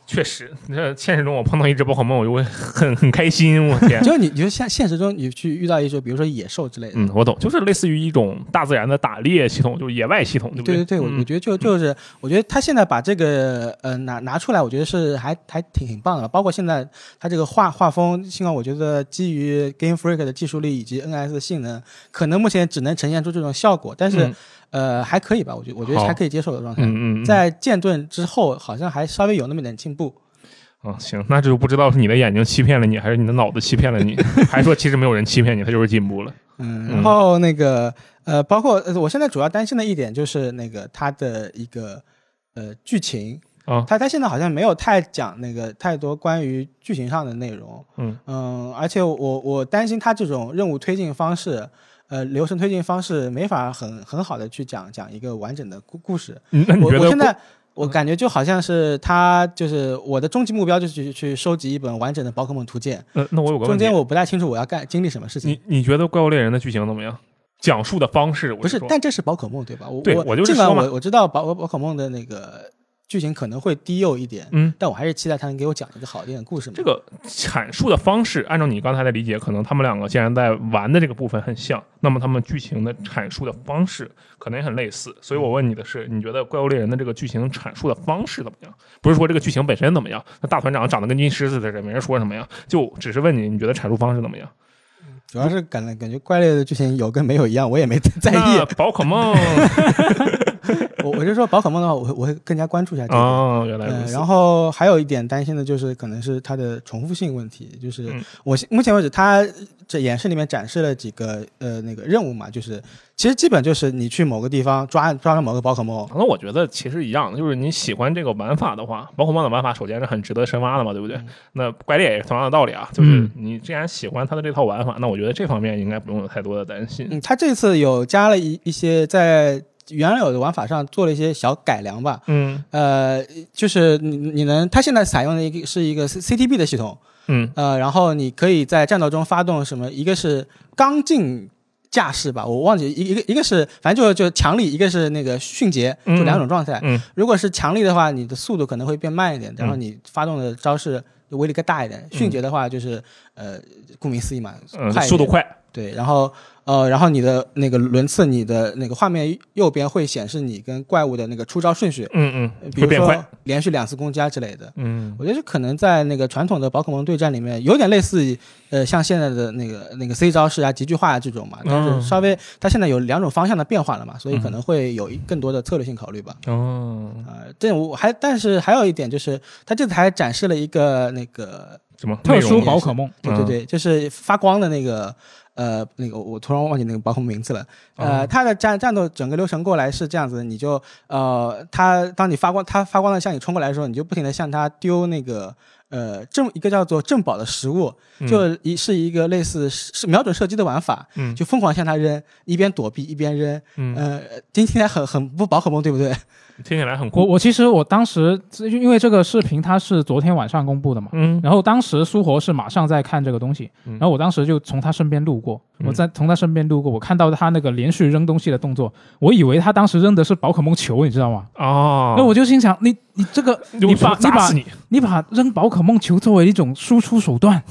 确实，你看现实中我碰到一只宝可梦，我就会很很开心。我天，就是你，你就像现实中你去遇到一些，比如说野兽之类的， [LAUGHS] 嗯，我懂，就是类似于一种大自然的打猎系统，就是野外系统，对不对对对，我我嗯觉得就就是，我觉得他现在把这个呃拿拿出来，我觉得是还还挺挺棒的。包括现在他这个画画风，尽管我觉得基于 Game Freak 的技术力以及 NS 的性能，可能目前只能呈现出这种效果，但是、嗯呃还可以吧，我觉得我觉得好还可以接受的状态。嗯嗯，嗯在剑盾之后，好像还稍微有那么点进步。啊、行，那就不知道是你的眼睛欺骗了你，还是你的脑子欺骗了 [LAUGHS] 你，还说其实没有人欺骗你，他就是进步了。嗯，嗯然后那个呃，包括呃我现在主要担心的一点就是那个它的一个呃剧情啊它它现在好像没有太讲那个太多关于剧情上的内容，嗯而且我我担心它这种任务推进方式。呃，流程推进方式没法很很好的去讲讲一个完整的故故事。嗯那你我觉我得现不嗯在我感觉就好像是它就是我的终极目标就是去去收集一本完整的宝可梦图鉴，呃，那我有个中问题间，我不太清楚我要干经历什么事情。你你觉得《怪物猎人》的剧情怎么样？讲述的方式，我不是是，说但这是宝可梦对吧？我对我我就是尽管说嘛我我知道宝宝可梦的那个剧情可能会低幼一点，嗯，但我还是期待他能给我讲一个好一点的故事嘛。这个阐述的方式，按照你刚才的理解，可能他们两个既然在玩的这个部分很像，那么他们剧情的阐述的方式可能也很类似。所以我问你的是，你觉得《怪物猎人》的这个剧情阐述的方式怎么样？不是说这个剧情本身怎么样，那大团长长得跟金狮子似的，没人说什么呀，就只是问你，你觉得阐述方式怎么样？主要是 [LAUGHS] 感感觉怪猎的剧情有跟没有一样，我也没太在那意。宝可梦，我我就说宝可梦的话，我会我会更加关注一下这个。哦，原来如嗯，此。然后还有一点担心的就是，可能是它的重复性问题。就是嗯我现目前为止，它这演示里面展示了几个呃那个任务嘛，就是其实基本就是你去某个地方抓抓到某个宝可梦，那我觉得其实一样的，就是你喜欢这个玩法的话，宝可梦的玩法首先是很值得深挖的嘛，对不对？嗯那怪猎也是同样的道理啊，就是嗯你既然喜欢它的这套玩法，那我觉得这方面应该不用有太多的担心。嗯，它这次有加了一一些在原有的玩法上做了一些小改良吧。嗯呃，就是你你能，它现在采用的一个是一个 C- CTB 的系统，嗯呃，然后你可以在战斗中发动什么，一个是刚劲架势吧，我忘记一一个一个是反正就就强力，一个是那个迅捷，嗯就两种状态。嗯如果是强力的话，你的速度可能会变慢一点，然后你发动的招式威力更大一点。迅捷的话就是呃，顾名思义嘛，嗯，快一速度点快，对，然后呃，然后你的那个轮次，你的那个画面右边会显示你跟怪物的那个出招顺序，嗯呃嗯，会比如变说快，连续两次攻击啊之类的。嗯我觉得这可能在那个传统的宝可梦对战里面，有点类似于，呃，像现在的那个那个 C 招式啊、集聚化啊这种嘛，但嗯是稍微它现在有两种方向的变化了嘛，所以可嗯能会有一更多的策略性考虑吧。哦，啊、这我还但是还有一点就是，它这次还展示了一个那个，什么特内殊容宝可梦，嗯对对对，就是发光的那个，呃，那个我突然忘记那个宝可梦名字了。呃，哦它的战战斗整个流程过来是这样子，你就呃，它当你发光，它发光的向你冲过来的时候，你就不停的向它丢那个呃正一个叫做正宝的食物，就一是一个类似是是瞄准射击的玩法，嗯就疯狂向它扔，一边躲避一边扔，嗯，呃，听起来很很不宝可梦，对不对？听起来很我酷，我其实我当时因为这个视频它是昨天晚上公布的嘛，嗯然后当时苏活是马上在看这个东西，嗯然后我当时就从他身边路过，嗯我在从他身边路过，我看到他那个连续扔东西的动作，我以为他当时扔的是宝可梦球，你知道吗？哦，那我就心想，你你这个你用手把你砸把死你，你把扔宝可梦球作为一种输出手段，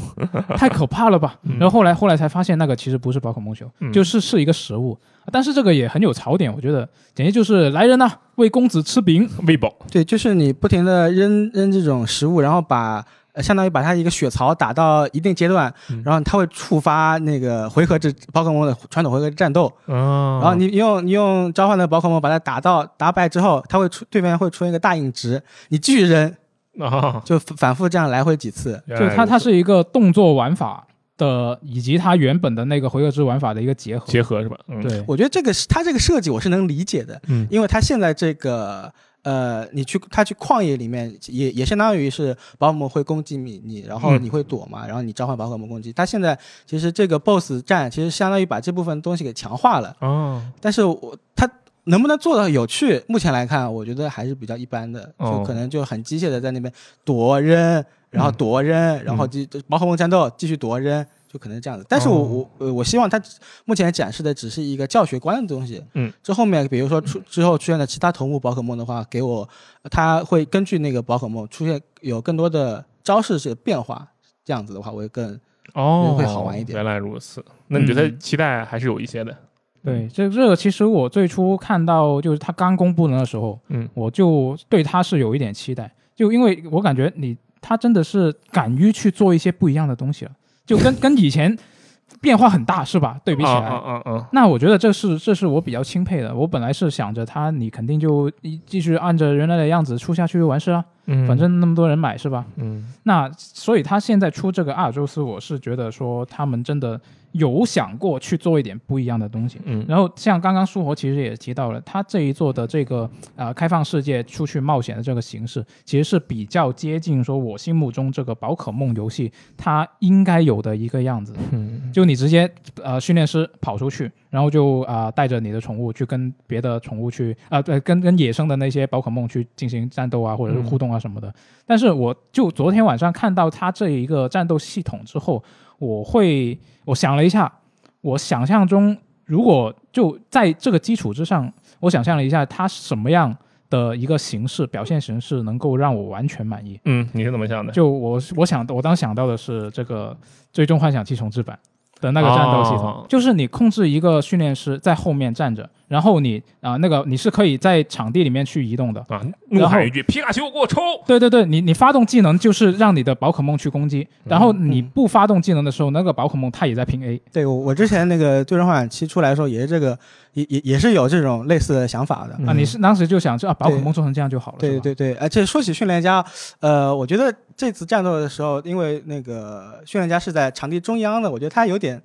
太可怕了吧？然后后来后来才发现，那个其实不是宝可梦球，嗯就是是一个食物。但是这个也很有槽点，我觉得简直就是来人呐、为公子吃饼。喂饱，对，就是你不停的扔扔这种食物，然后把呃相当于把它一个血槽打到一定阶段，嗯然后它会触发那个回合制宝可梦的传统回合制战斗，然然后你用你用召唤的宝可梦把它打到打败之后，它会出对面会出一个大硬直，你继续扔，啊，就反反复这样来回几次。哎就是它它是一个动作玩法的，以及它原本的那个回合制玩法的一个结合。结合是吧？嗯，对，我觉得这个是它这个设计我是能理解的，嗯因为它现在这个呃，你去它去旷野里面也也相当于是宝可梦会攻击你，你然后嗯你会躲嘛，然后你召唤宝可梦攻击。它现在其实这个 BOSS 战其实相当于把这部分东西给强化了，哦，但是我它。能不能做到有趣？目前来看，我觉得还是比较一般的，哦嗯就可能就很机械的在那边躲扔，然后躲扔，然后继宝可梦战斗继续躲扔，就可能是这样子。但是我、哦我呃我希望它目前展示的只是一个教学观的东西，嗯，这后面比如说出之后出现的其他头目宝可梦的话，给我它会根据那个宝可梦出现有更多的招式是变化，这样子的话，我会更哦，会好玩一点原来如此，那你觉得嗯期待还是有一些的？对，这这个其实我最初看到就是它刚公布的那时候，嗯我就对它是有一点期待，就因为我感觉你它真的是敢于去做一些不一样的东西了，就跟跟以前变化很大是吧？对比起来。嗯嗯嗯那我觉得这是这是我比较钦佩的。我本来是想着它，你肯定就一继续按着原来的样子出下去就完事啊，嗯，反正那么多人买是吧？嗯那所以他现在出这个阿尔宙斯，我是觉得说他们真的有想过去做一点不一样的东西。嗯然后像刚刚苏活其实也提到了，他这一座的这个呃开放世界出去冒险的这个形式，其实是比较接近说我心目中这个宝可梦游戏它应该有的一个样子。嗯就你直接呃训练师跑出去，然后就啊、呃带着你的宠物去跟别的宠物去啊、对，跟跟野生的那些宝可梦去进行战斗啊，或者是互动啊什么的。但是我就昨天晚上看到它这一个战斗系统之后，我会我想了一下，我想象中如果就在这个基础之上，我想象了一下它什么样的一个形式表现形式能够让我完全满意。嗯，你是怎么想的？就我是我想我当时想到的是这个《最终幻想七重置版》的那个战斗系统，哦就是你控制一个训练师在后面站着，然后你啊、那个你是可以在场地里面去移动的。啊，怒喊一句：“皮卡丘，给我嗯冲对对对，你你发动技能就是让你的宝可梦去攻击，然后你不发动技能的时候，那个宝可梦它也在拼 A。对我我之前那个《最终幻想七》出来的时候，也是这个，也也也是有这种类似的想法的。啊，嗯你是当时就想说啊，宝可梦做成这样就好了，对是吧对对，而且说起训练家，呃，我觉得这次战斗的时候，因为那个训练家是在场地中央的，我觉得他有点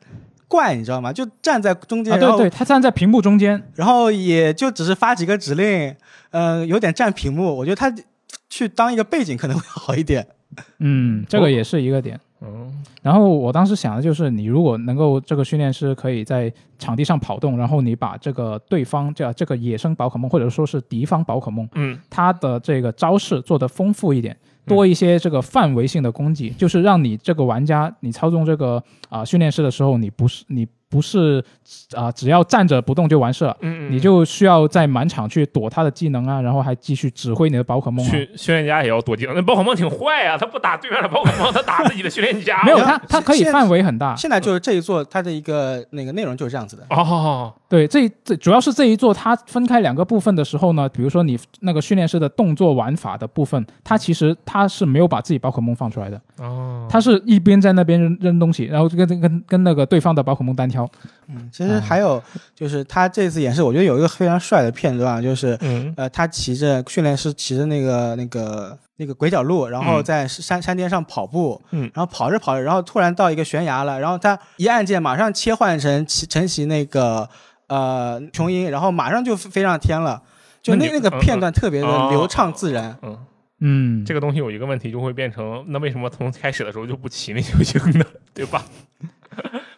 怪，你知道吗？就站在中间，啊，然对后对，它站在屏幕中间，然后也就只是发几个指令，呃，有点占屏幕。我觉得他去当一个背景可能会好一点。嗯，这个也是一个点。！”嗯，然后我当时想的就是，你如果能够这个训练师可以在场地上跑动，然后你把这个对方这这个野生宝可梦或者说是敌方宝可梦，嗯，它的这个招式做得丰富一点，多一些这个范围性的攻击，就是让你这个玩家你操纵这个啊、训练师的时候，你不是你不是啊、只要站着不动就完事了。嗯，你就需要在满场去躲他的技能啊，然后还继续指挥你的宝可梦啊。训训练家也要躲技能。那宝可梦挺坏啊，他不打对面的宝可梦，他打自己的训练家。没有然后他，他可以现范围很大。现在就是这一座，它的一个那个内容就是这样子的。 [LAUGHS] 哦，对，这一这主要是这一座它分开两个部分的时候呢，比如说你那个训练师的动作玩法的部分，它其实它是没有把自己宝可梦放出来的，哦，它是一边在那边扔扔东西，然后就跟跟跟那个对方的宝可梦单挑。嗯，其实还有就是他这次演示，我觉得有一个非常帅的片段，就是嗯呃，他骑着训练师骑着那个那个那个鬼角鹿，然后嗯在山山巅上跑步，嗯然后跑着跑着，然后突然到一个悬崖了，然后他一按键马上切换成骑晨曦那个呃琼英，然后马上就飞飞上天了，就那那你那嗯个片段特别的哦流畅自然。嗯，嗯，这个个东西有一个问题，就会变成那为什么从开始的时候就不骑那球星呢？ [LAUGHS] 对吧？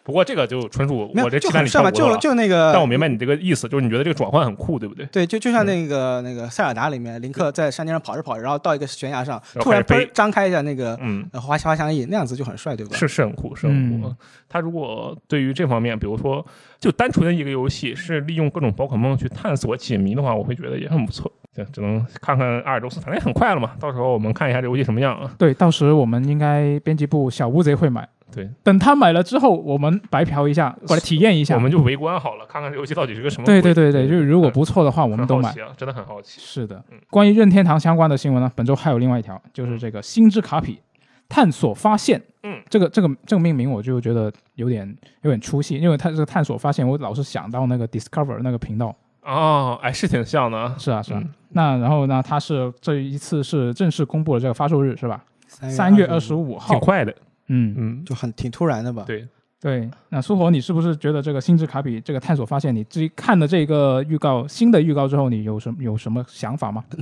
不过这个就纯属没我有这就期待很你帅跳嘛，过头就了。就呃那但个我，明嗯白你这个意思，就是你觉得这个转换很酷，对不对？对，就就像那个、那个塞尔达里面林克在山巅上跑着跑着，然后到一个悬崖上，然后突然开始嘣飞张开一下那个嗯，呃花花香翼，那样子就很帅，对吧？是是很酷，是很酷嗯。他如果对于这方面，比如说就单纯的一个游戏是利用各种宝可梦去探索解谜的话，我会觉得也很不错。对，只能看看阿尔宙斯，反正也很快了嘛，到时候我们看一下这游戏什么样啊。对，到时我们应该编辑部小乌贼会买，对，等他买了之后，我们白嫖一下，过来体验一下我。们就围观好了，看看这游戏到底是个什么鬼。对对对对，就是如果不错的话，我我们都买。啊，嗯真的很好奇。是的嗯，关于任天堂相关的新闻呢，本周还有另外一条，就是这个《星之卡比探索发现》。嗯，这个这个这个命名我就觉得有点有点出戏，因为它这个探索发现，我老是想到那个 Discover 那个频道。哦，哎，是挺像的啊。是啊，是啊。嗯那然后呢，它是这一次是正式公布了这个发售日是吧？三三月二十五五哎挺号。快的，嗯，嗯，就很挺突然的吧？对，对。那苏活，你是不是觉得这个《星之卡比》这个探索发现，你自己看了这个预告新的预告之后，你有什么有什么想法吗？哎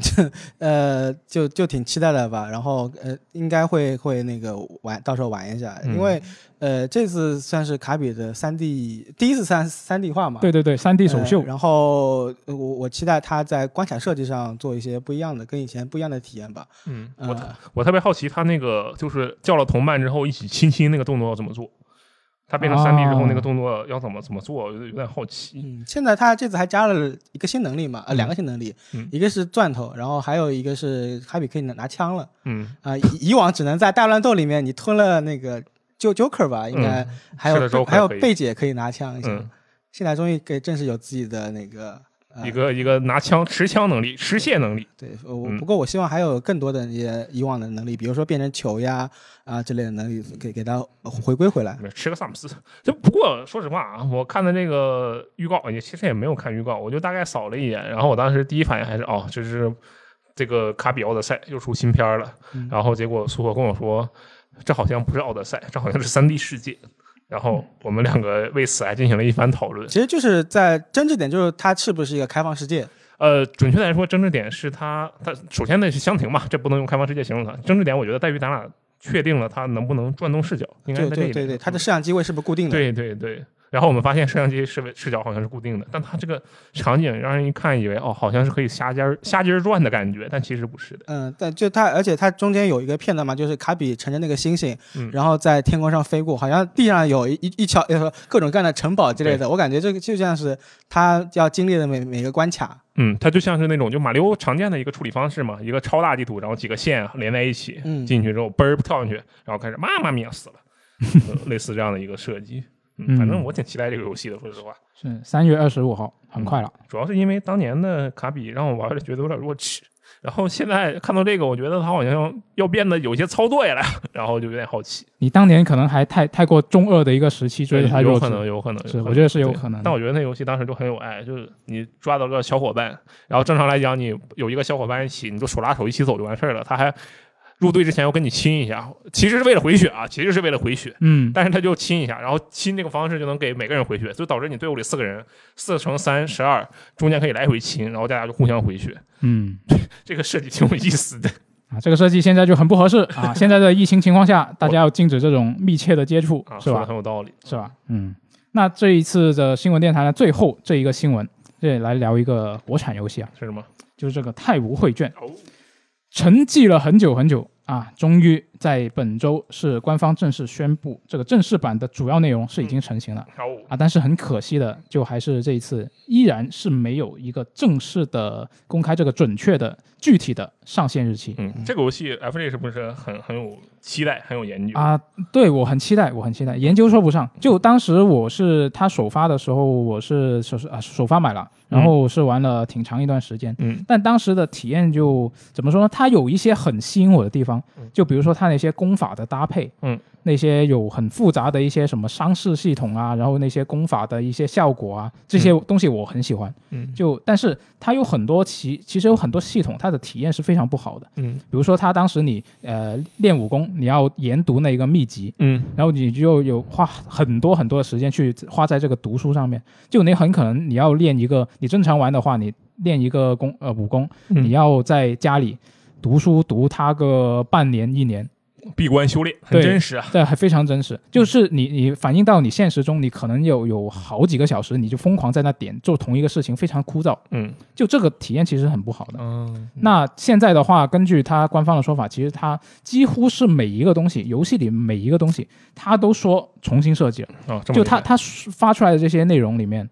呃，就就挺期待的吧。然后呃，应该会会那个玩，到时候玩一下，嗯因为呃，这次算是卡比的三 D 第一次三三 D 化嘛，对对对，三 D 呃，哎首秀。然后呃我我期待他在关卡设计上做一些不一样的，跟以前不一样的体验吧。嗯，我特呃，我特别好奇他那个就是叫了同伴之后一起亲亲那个动作要怎么做。他变成三 D 之后，哦那个动作要怎么怎么做，我有点有点好奇。嗯，现在他这次还加了一个新能力嘛，呃，嗯两个新能力，嗯一个是钻头，然后还有一个是卡比可以拿拿枪了。嗯，啊、以以往只能在大乱斗里面你吞了那个就 Joker 嗯吧，应该还有是的贝、 ，Joker 还有可以贝姐可以拿枪一下，嗯现在终于给正式有自己的那个、呃、一个一个拿枪持枪能力、持械能力，对，呃我嗯不过我希望还有更多的一些以往的能力，比如说变成球呀啊、之类的能力，给给它回归回来。吃个萨姆斯。就不过说实话啊，我看的那个预告也其实也没有看预告，我就大概扫了一眼，然后我当时第一反应还是哦，这是这个卡比奥德赛又出新片儿了。嗯然后结果苏火跟我说，这好像不是奥德赛，这好像是三 D 世界。然后我们两个为此还进行了一番讨论。其实就是在争执点，就是它是不是一个开放世界？呃，准确来说，争执点是它，它首先那是相庭嘛，这不能用开放世界形容它。争执点，我觉得在于咱俩确定了它能不能转动视角，应该对在这一对点。对对，它的嗯摄像机位是不是固定的？对对对。然后我们发现摄像机视位视角好像是固定的，但它这个场景让人一看以为哦，好像是可以瞎尖儿瞎尖儿转的感觉，但其实不是的。嗯，但就它，而且它中间有一个片段嘛，就是卡比乘着那个星星，嗯然后在天空上飞过，好像地上有一一一桥，呃，各种各样的城堡之类的。我感觉这个就像是他要经历的每每个关卡。嗯，它就像是那种就马里奥常见的一个处理方式嘛，一个超大地图，然后几个线啊连在一起，嗯 [LAUGHS] 进去之后嘣儿跳上去，然后开始妈妈咪呀死了，呃类似这样的一个设计。嗯，反正嗯我挺期待这个游戏的，说实话。是三月二十五号，嗯很快了。主要是因为当年的卡比让我玩的觉得有点弱智，然后现在看到这个，我觉得他好像要变得有些操作呀了， [LAUGHS] 然后就有点好奇。你当年可能还太太过中二的一个时期追着它有弱可智，能，有可能，是有可能我觉得是有对可能的但我觉得那游戏当时就很有爱，就是你抓到个小伙伴，然后正常来讲，你有一个小伙伴一起，你就手拉手一起走就完事儿了。他还入队之前要跟你亲一下，其实是为了回血啊，其实是为了回血。嗯，但是他就亲一下，然后亲这个方式就能给每个人回血，就导致你队伍里四个人，四乘三十二，中间可以来回亲，然后大家就互相回血，嗯这个设计挺有意思 [LAUGHS] 的。啊，这个设计现在就很不合适 [LAUGHS] 啊！现在的疫情情况下，大家要禁止这种密切的接触啊，，是说的吧？很有道理。是吧？嗯，那这一次的新闻电台呢，最后这一个新闻，这里来聊一个国产游戏啊，是什么？就是这个《泰晤绘卷》，哦，沉寂了很久很久啊，终于在本周是官方正式宣布，这个正式版的主要内容是已经成型了。哦，啊，但是很可惜的，就还是这一次依然是没有一个正式的公开这个准确的具体的上线日期。嗯，这个游戏 F J 是不是很很有期待，很有研究？啊，对我很期待，我很期待。研究说不上，就当时我是他首发的时候，我是首啊首发买了，然后是玩了挺长一段时间。嗯但当时的体验就怎么说呢？它有一些很吸引我的地方嗯，就比如说它那些功法的搭配，嗯，那些有很复杂的一些什么伤势系统啊，然后那些功法的一些效果啊，这些东西我很喜欢。嗯就但是它有很多其其实有很多系统，它的体验是非常不好的。嗯比如说，它当时你呃练武功，你要研读那一个秘籍，嗯然后你就有花很多很多的时间去花在这个读书上面。就你很可能你要练一个，你正常玩的话，你练一个功呃武功，嗯你要在家里读书读它个半年一年，闭关修炼，很对真实啊。这还非常真实。就是你你反映到你现实中，你可能有有好几个小时，你就疯狂在那点做同一个事情，非常枯燥。嗯就这个体验其实很不好的。嗯那现在的话，根据它官方的说法，其实它几乎是每一个东西，游戏里每一个东西，它都说重新设计了。啊，这么就厉它害它发出来的这些内容里面，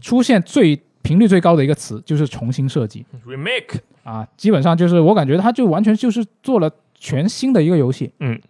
出现最频率最高的一个词就是重新设计 remake 啊，基本上就是我感觉它就完全就是做了全新的一个游戏。嗯，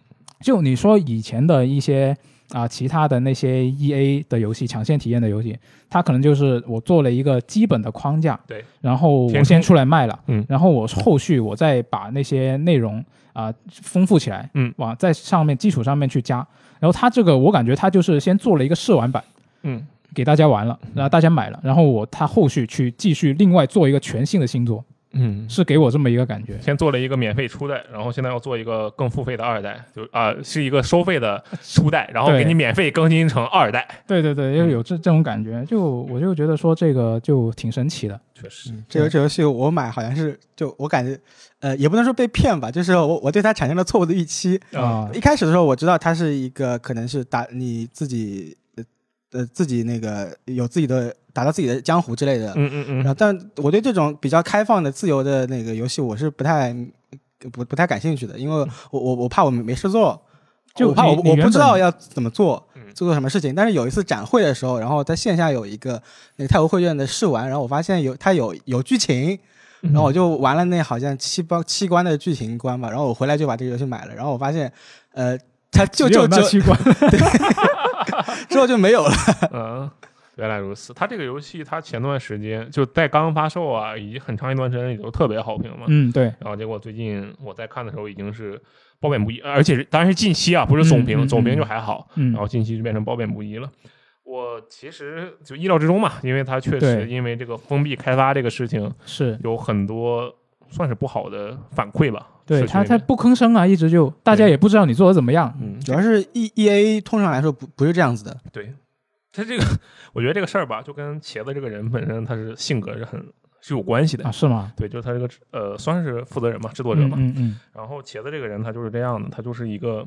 就你说以前的一些。啊，其他的那些 E A 的游戏抢先体验的游戏，它可能就是我做了一个基本的框架，对，然后填我充先出来卖了，嗯然后我后续我再把那些内容啊、丰富起来，嗯往在上面基础上面去加，然后它这个我感觉它就是先做了一个试玩版，嗯给大家玩了，然后大家买了，然后我他后续去继续另外做一个全新的星座，嗯。是给我这么一个感觉，先做了一个免费初代，然后现在要做一个更付费的二代，就啊、是一个收费的初代，然后对给你免费更新成二代。对对对，又有这这种感觉，就我就觉得说这个就挺神奇的，确实，这游这游戏我买好像是就我感觉，呃，也不能说被骗吧，就是我我对它产生了错误的预期。嗯啊一开始的时候我知道它是一个可能是打你自己呃呃自己那个有自己的打造自己的江湖之类的，嗯嗯嗯然后，但我对这种比较开放的、自由的那个游戏，我是不太不不太感兴趣的，因为我我我怕我没事做，就我怕我你你我原不本知道要怎么做嗯，做做什么事情。但是有一次展会的时候，然后在线下有一个那个泰晤会院的试玩，然后我发现有它有有剧情，然后我就玩了那好像七包七关的剧情关吧，然后我回来就把这个游戏买了，然后我发现，呃，它就只有就那就器官，之后就没有了。 [LAUGHS] 嗯，原来如此。它这个游戏，它前段时间就在刚发售啊，以及很长一段时间也都特别好评嘛。嗯，对，然后结果最近我在看的时候，已经是褒贬不一，而且是当然是近期啊，不是总评，嗯嗯嗯总评就还好，嗯然后近期就变成褒贬不一了。我其实就意料之中嘛，因为它确实对因为这个封闭开发这个事情是。有很多算是不好的反馈吧。对社区他，里他面不吭声啊，一直就大家对也不知道你做的怎么样。嗯， [LAUGHS] 主要是 E E A 通常来说不不是这样子的，对，他这个 [LAUGHS] 我觉得这个事儿吧，就跟茄子这个人本身他是性格是很是有关系的啊，。是吗？对，就是他这个呃，算是负责人嘛，制作者嘛。嗯嗯嗯，然后茄子这个人他就是这样的，他就是一个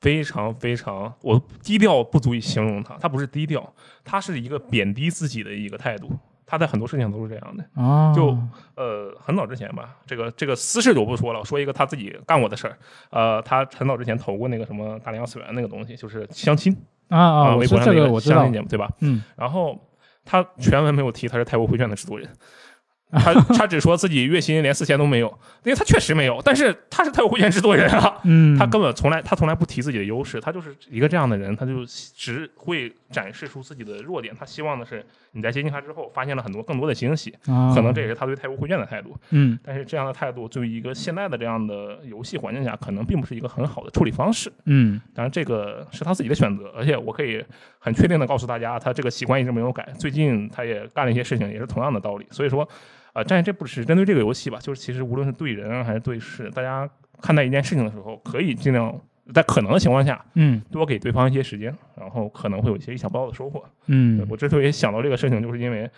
非常非常我低调不足以形容他，他不是低调，他是一个贬低自己的一个态度。他在很多事情都是这样的。哦，就呃，很早之前吧，这个这个私事就不说了，说一个他自己干过的事儿。呃，他很早之前投过那个什么大连二次元那个东西，就是相亲啊啊，我微知博上这的一个我知相道亲，节目，对吧？嗯，然后他全文没有提他是泰国回旋的制作人， [LAUGHS] 他他只说自己月薪连四千都没有，因为他确实没有，但是他是他有会员制作人啊，嗯，他根本从来他从来不提自己的优势，他就是一个这样的人，他就只会展示出自己的弱点。他希望的是你在接近他之后，发现了很多更多的惊喜，啊可能这也是他对太无会卷的态度。嗯但是这样的态度，对于一个现在的这样的游戏环境下，可能并不是一个很好的处理方式。嗯当然，这个是他自己的选择，而且我可以很确定的告诉大家，他这个习惯一直没有改。最近他也干了一些事情，也是同样的道理。所以说，呃，但是这不只是针对这个游戏吧，就是其实无论是对人啊还是对事，大家看待一件事情的时候，可以尽量在可能的情况下嗯多给对方一些时间，然后可能会有一些意想不到的收获。对嗯我之所以想到这个事情，就是因为，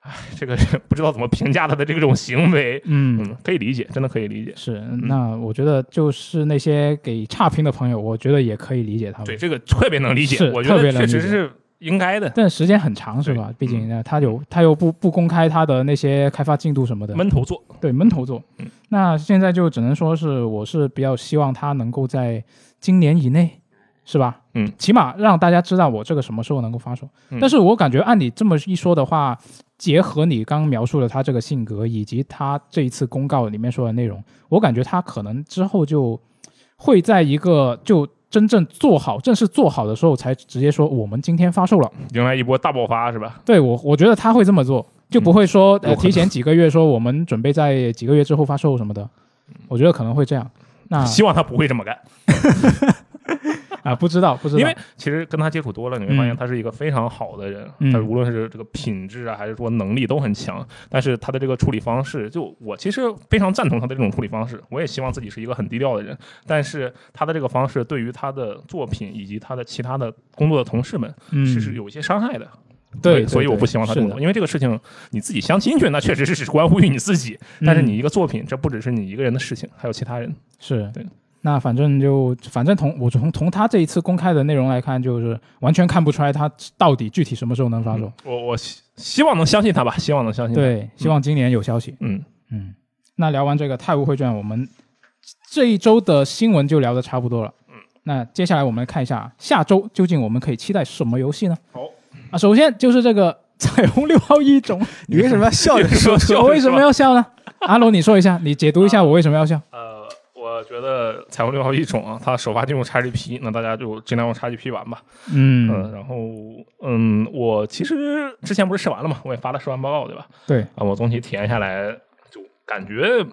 唉，这个人不知道怎么评价他的这种行为。嗯，嗯，可以理解，真的可以理解。是。那我觉得就是那些给差评的朋友，我觉得也可以理解他们。对，这个特别能理解是，我觉特别得能确理解实是应该的。但时间很长是吧？毕嗯竟呢，他有他又不不公开他的那些开发进度什么的，闷头做，对闷头做嗯。那现在就只能说是，我是比较希望他能够在今年以内，是吧？嗯，起码让大家知道我这个什么时候能够发售。嗯但是我感觉按你这么一说的话，结合你刚描述的他这个性格以及他这一次公告里面说的内容，我感觉他可能之后就会在一个就真正做好、正式做好的时候，才直接说我们今天发售了。迎来一波大爆发，是吧？对我，我觉得他会这么做，就不会说、呃嗯有可能提前几个月说我们准备在几个月之后发售什么的，我觉得可能会这样。那嗯 [LAUGHS] 希望他不会这么干，啊，不知道，不知道，因为其实跟他接触多了，你会发现嗯他是一个非常好的人。嗯他无论是这个品质啊，还是说能力都很强，但是他的这个处理方式，就我其实非常赞同他的这种处理方式。我也希望自己是一个很低调的人，但是他的这个方式对于他的作品以及他的其他的工作的同事们，嗯，是是有一些伤害的。对，对所以我不希望他这么做，。因为这个事情你自己相亲去，那确实是只关乎于你自己。但是嗯你一个作品，这不只是你一个人的事情，还有其他人。是的是对那反正就反正从我从从他这一次公开的内容来看，就是完全看不出来他到底具体什么时候能发售。我我希希望能相信他吧，希望能相信他。，对，希望今年有消息。嗯，嗯，那聊完这个泰晤会卷，我们这一周的新闻就聊得差不多了。嗯，那接下来我们看一下下周究竟我们可以期待什么游戏呢？好啊，首先就是这个彩虹六号一种， [LAUGHS] 你为什么要笑着说？ [LAUGHS] 我为什么要笑呢？阿龙，你说一下，你解读啊一下我为什么要笑？ [LAUGHS] 呃，我觉得彩虹六号一种啊，它首发进入 XGP，那大家就尽量用 XGP 玩吧。嗯、呃嗯，然后嗯，我其实之前不是试完了嘛，我也发了试玩报告，对吧？对，啊，我总体体验下来就感觉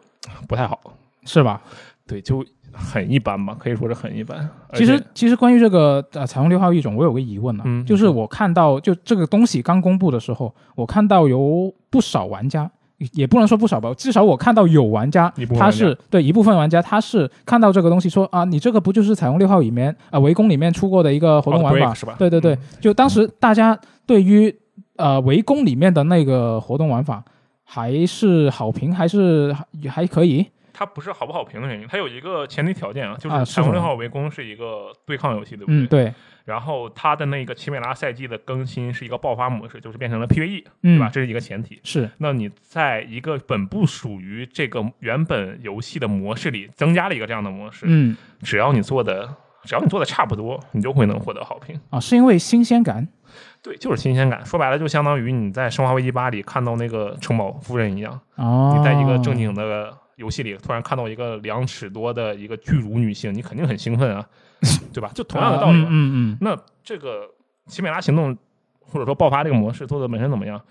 不太好，是吧？对，就很一般吧，可以说是很一般。而其且实，其实关于这个呃彩虹六号一种，我有个疑问啊，嗯就是我看到就这个东西刚公布的时候，我看到有不少玩家，也也不能说不少吧，至少我看到有玩家一部，分他玩家是对一部分玩家，他是看到这个东西说啊，你这个不就是彩虹六号里面啊、围攻里面出过的一个活动玩 Outbreak 法是吧对对对嗯，就当时大家对于呃围攻里面的那个活动玩法。还是好评，还是还还可以它不是好不好评的原因，它有一个前提条件啊，就啊是是彩虹什六么号围攻是一个对抗游戏，对不嗯，对？对，然后它的那个奇美拉赛季的更新是一个爆发模式，就是变成了 PVE，对嗯吧？，这是一个前提。是，那你在一个本不属于这个原本游戏的模式里增加了一个这样的模式，嗯，只要你做的只要你做的差不多，你就会能获得好评。啊，是因为新鲜感，对，就是新鲜感。说白了，就相当于你在《生化危机八》里看到那个城堡夫人一样，哦，你在一个正经的游戏里突然看到一个两尺多的一个巨乳女性，你肯定很 [LAUGHS] 兴奋啊，对吧？就同样的道理啊嘛。嗯嗯那这个奇美拉行动或者说爆发这个模式做的本身怎么样？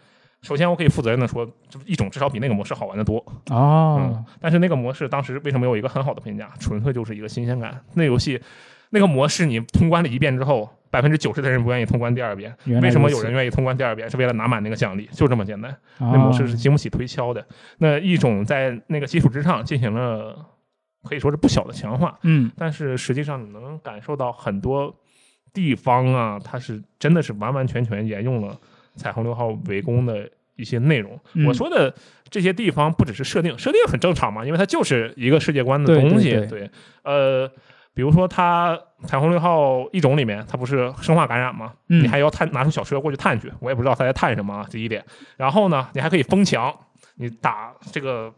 首先，我可以负责任的说，这一种至少比那个模式好玩的多。嗯，哦嗯，，但是那个模式当时为什么有一个很好的评价？纯粹就是一个新鲜感。那游戏那个模式你通关了一遍之后，百分之九十的人不愿意通关第二遍。原来如嗯为此什么有人愿意通关第二遍？是为了拿满那个奖励，就这么简单。那那模式是经不起推敲的。那一种在那个基础之上进行了可以说是不小的强化，嗯但是实际上你能感受到很多地方啊，它是真的是完完全全沿用了彩虹六号围攻的。一些内容，嗯我说的这些地方不只是设定，设定很正常嘛，因为它就是一个世界观的对东西。对呃，比如说它彩虹六号一种里面，它不是生化感染吗？嗯你还要探拿出小车过去探去，我也不知道他在探什么啊。第一点，然后呢，你还可以封墙，你打这个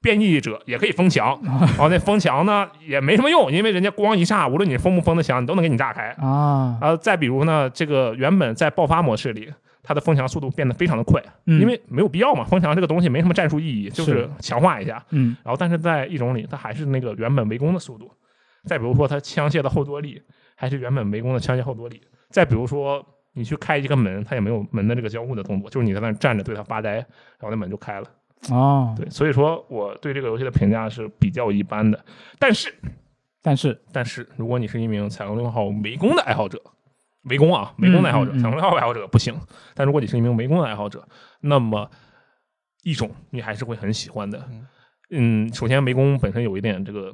变异者也可以封墙，然后那封墙呢也没什么用，因为人家光一炸，无论你封不封的墙，你都能给你炸开。啊然后再比如呢，这个原本在爆发模式里，它的疯强速度变得非常的快，嗯因为没有必要嘛，疯强这个东西没什么战术意义，就是是强化一下。嗯然后但是在一种里，它还是那个原本围攻的速度。再比如说，它枪械的后坐力还是原本围攻的枪械后坐力。再比如说，你去开一个门，它也没有门的这个交互的动作，就是你在那儿站着对它发呆，然后那门就开了。哦，对，所以说我对这个游戏的评价是比较一般的。但是，但是但是如果你是一名彩虹六号围攻的爱好者，围攻啊，围攻的爱好者，嗯嗯嗯彩虹六号爱好者不行。但如果你是一名围攻的爱好者，那么一种你还是会很喜欢的。嗯，首先围攻本身有一点这个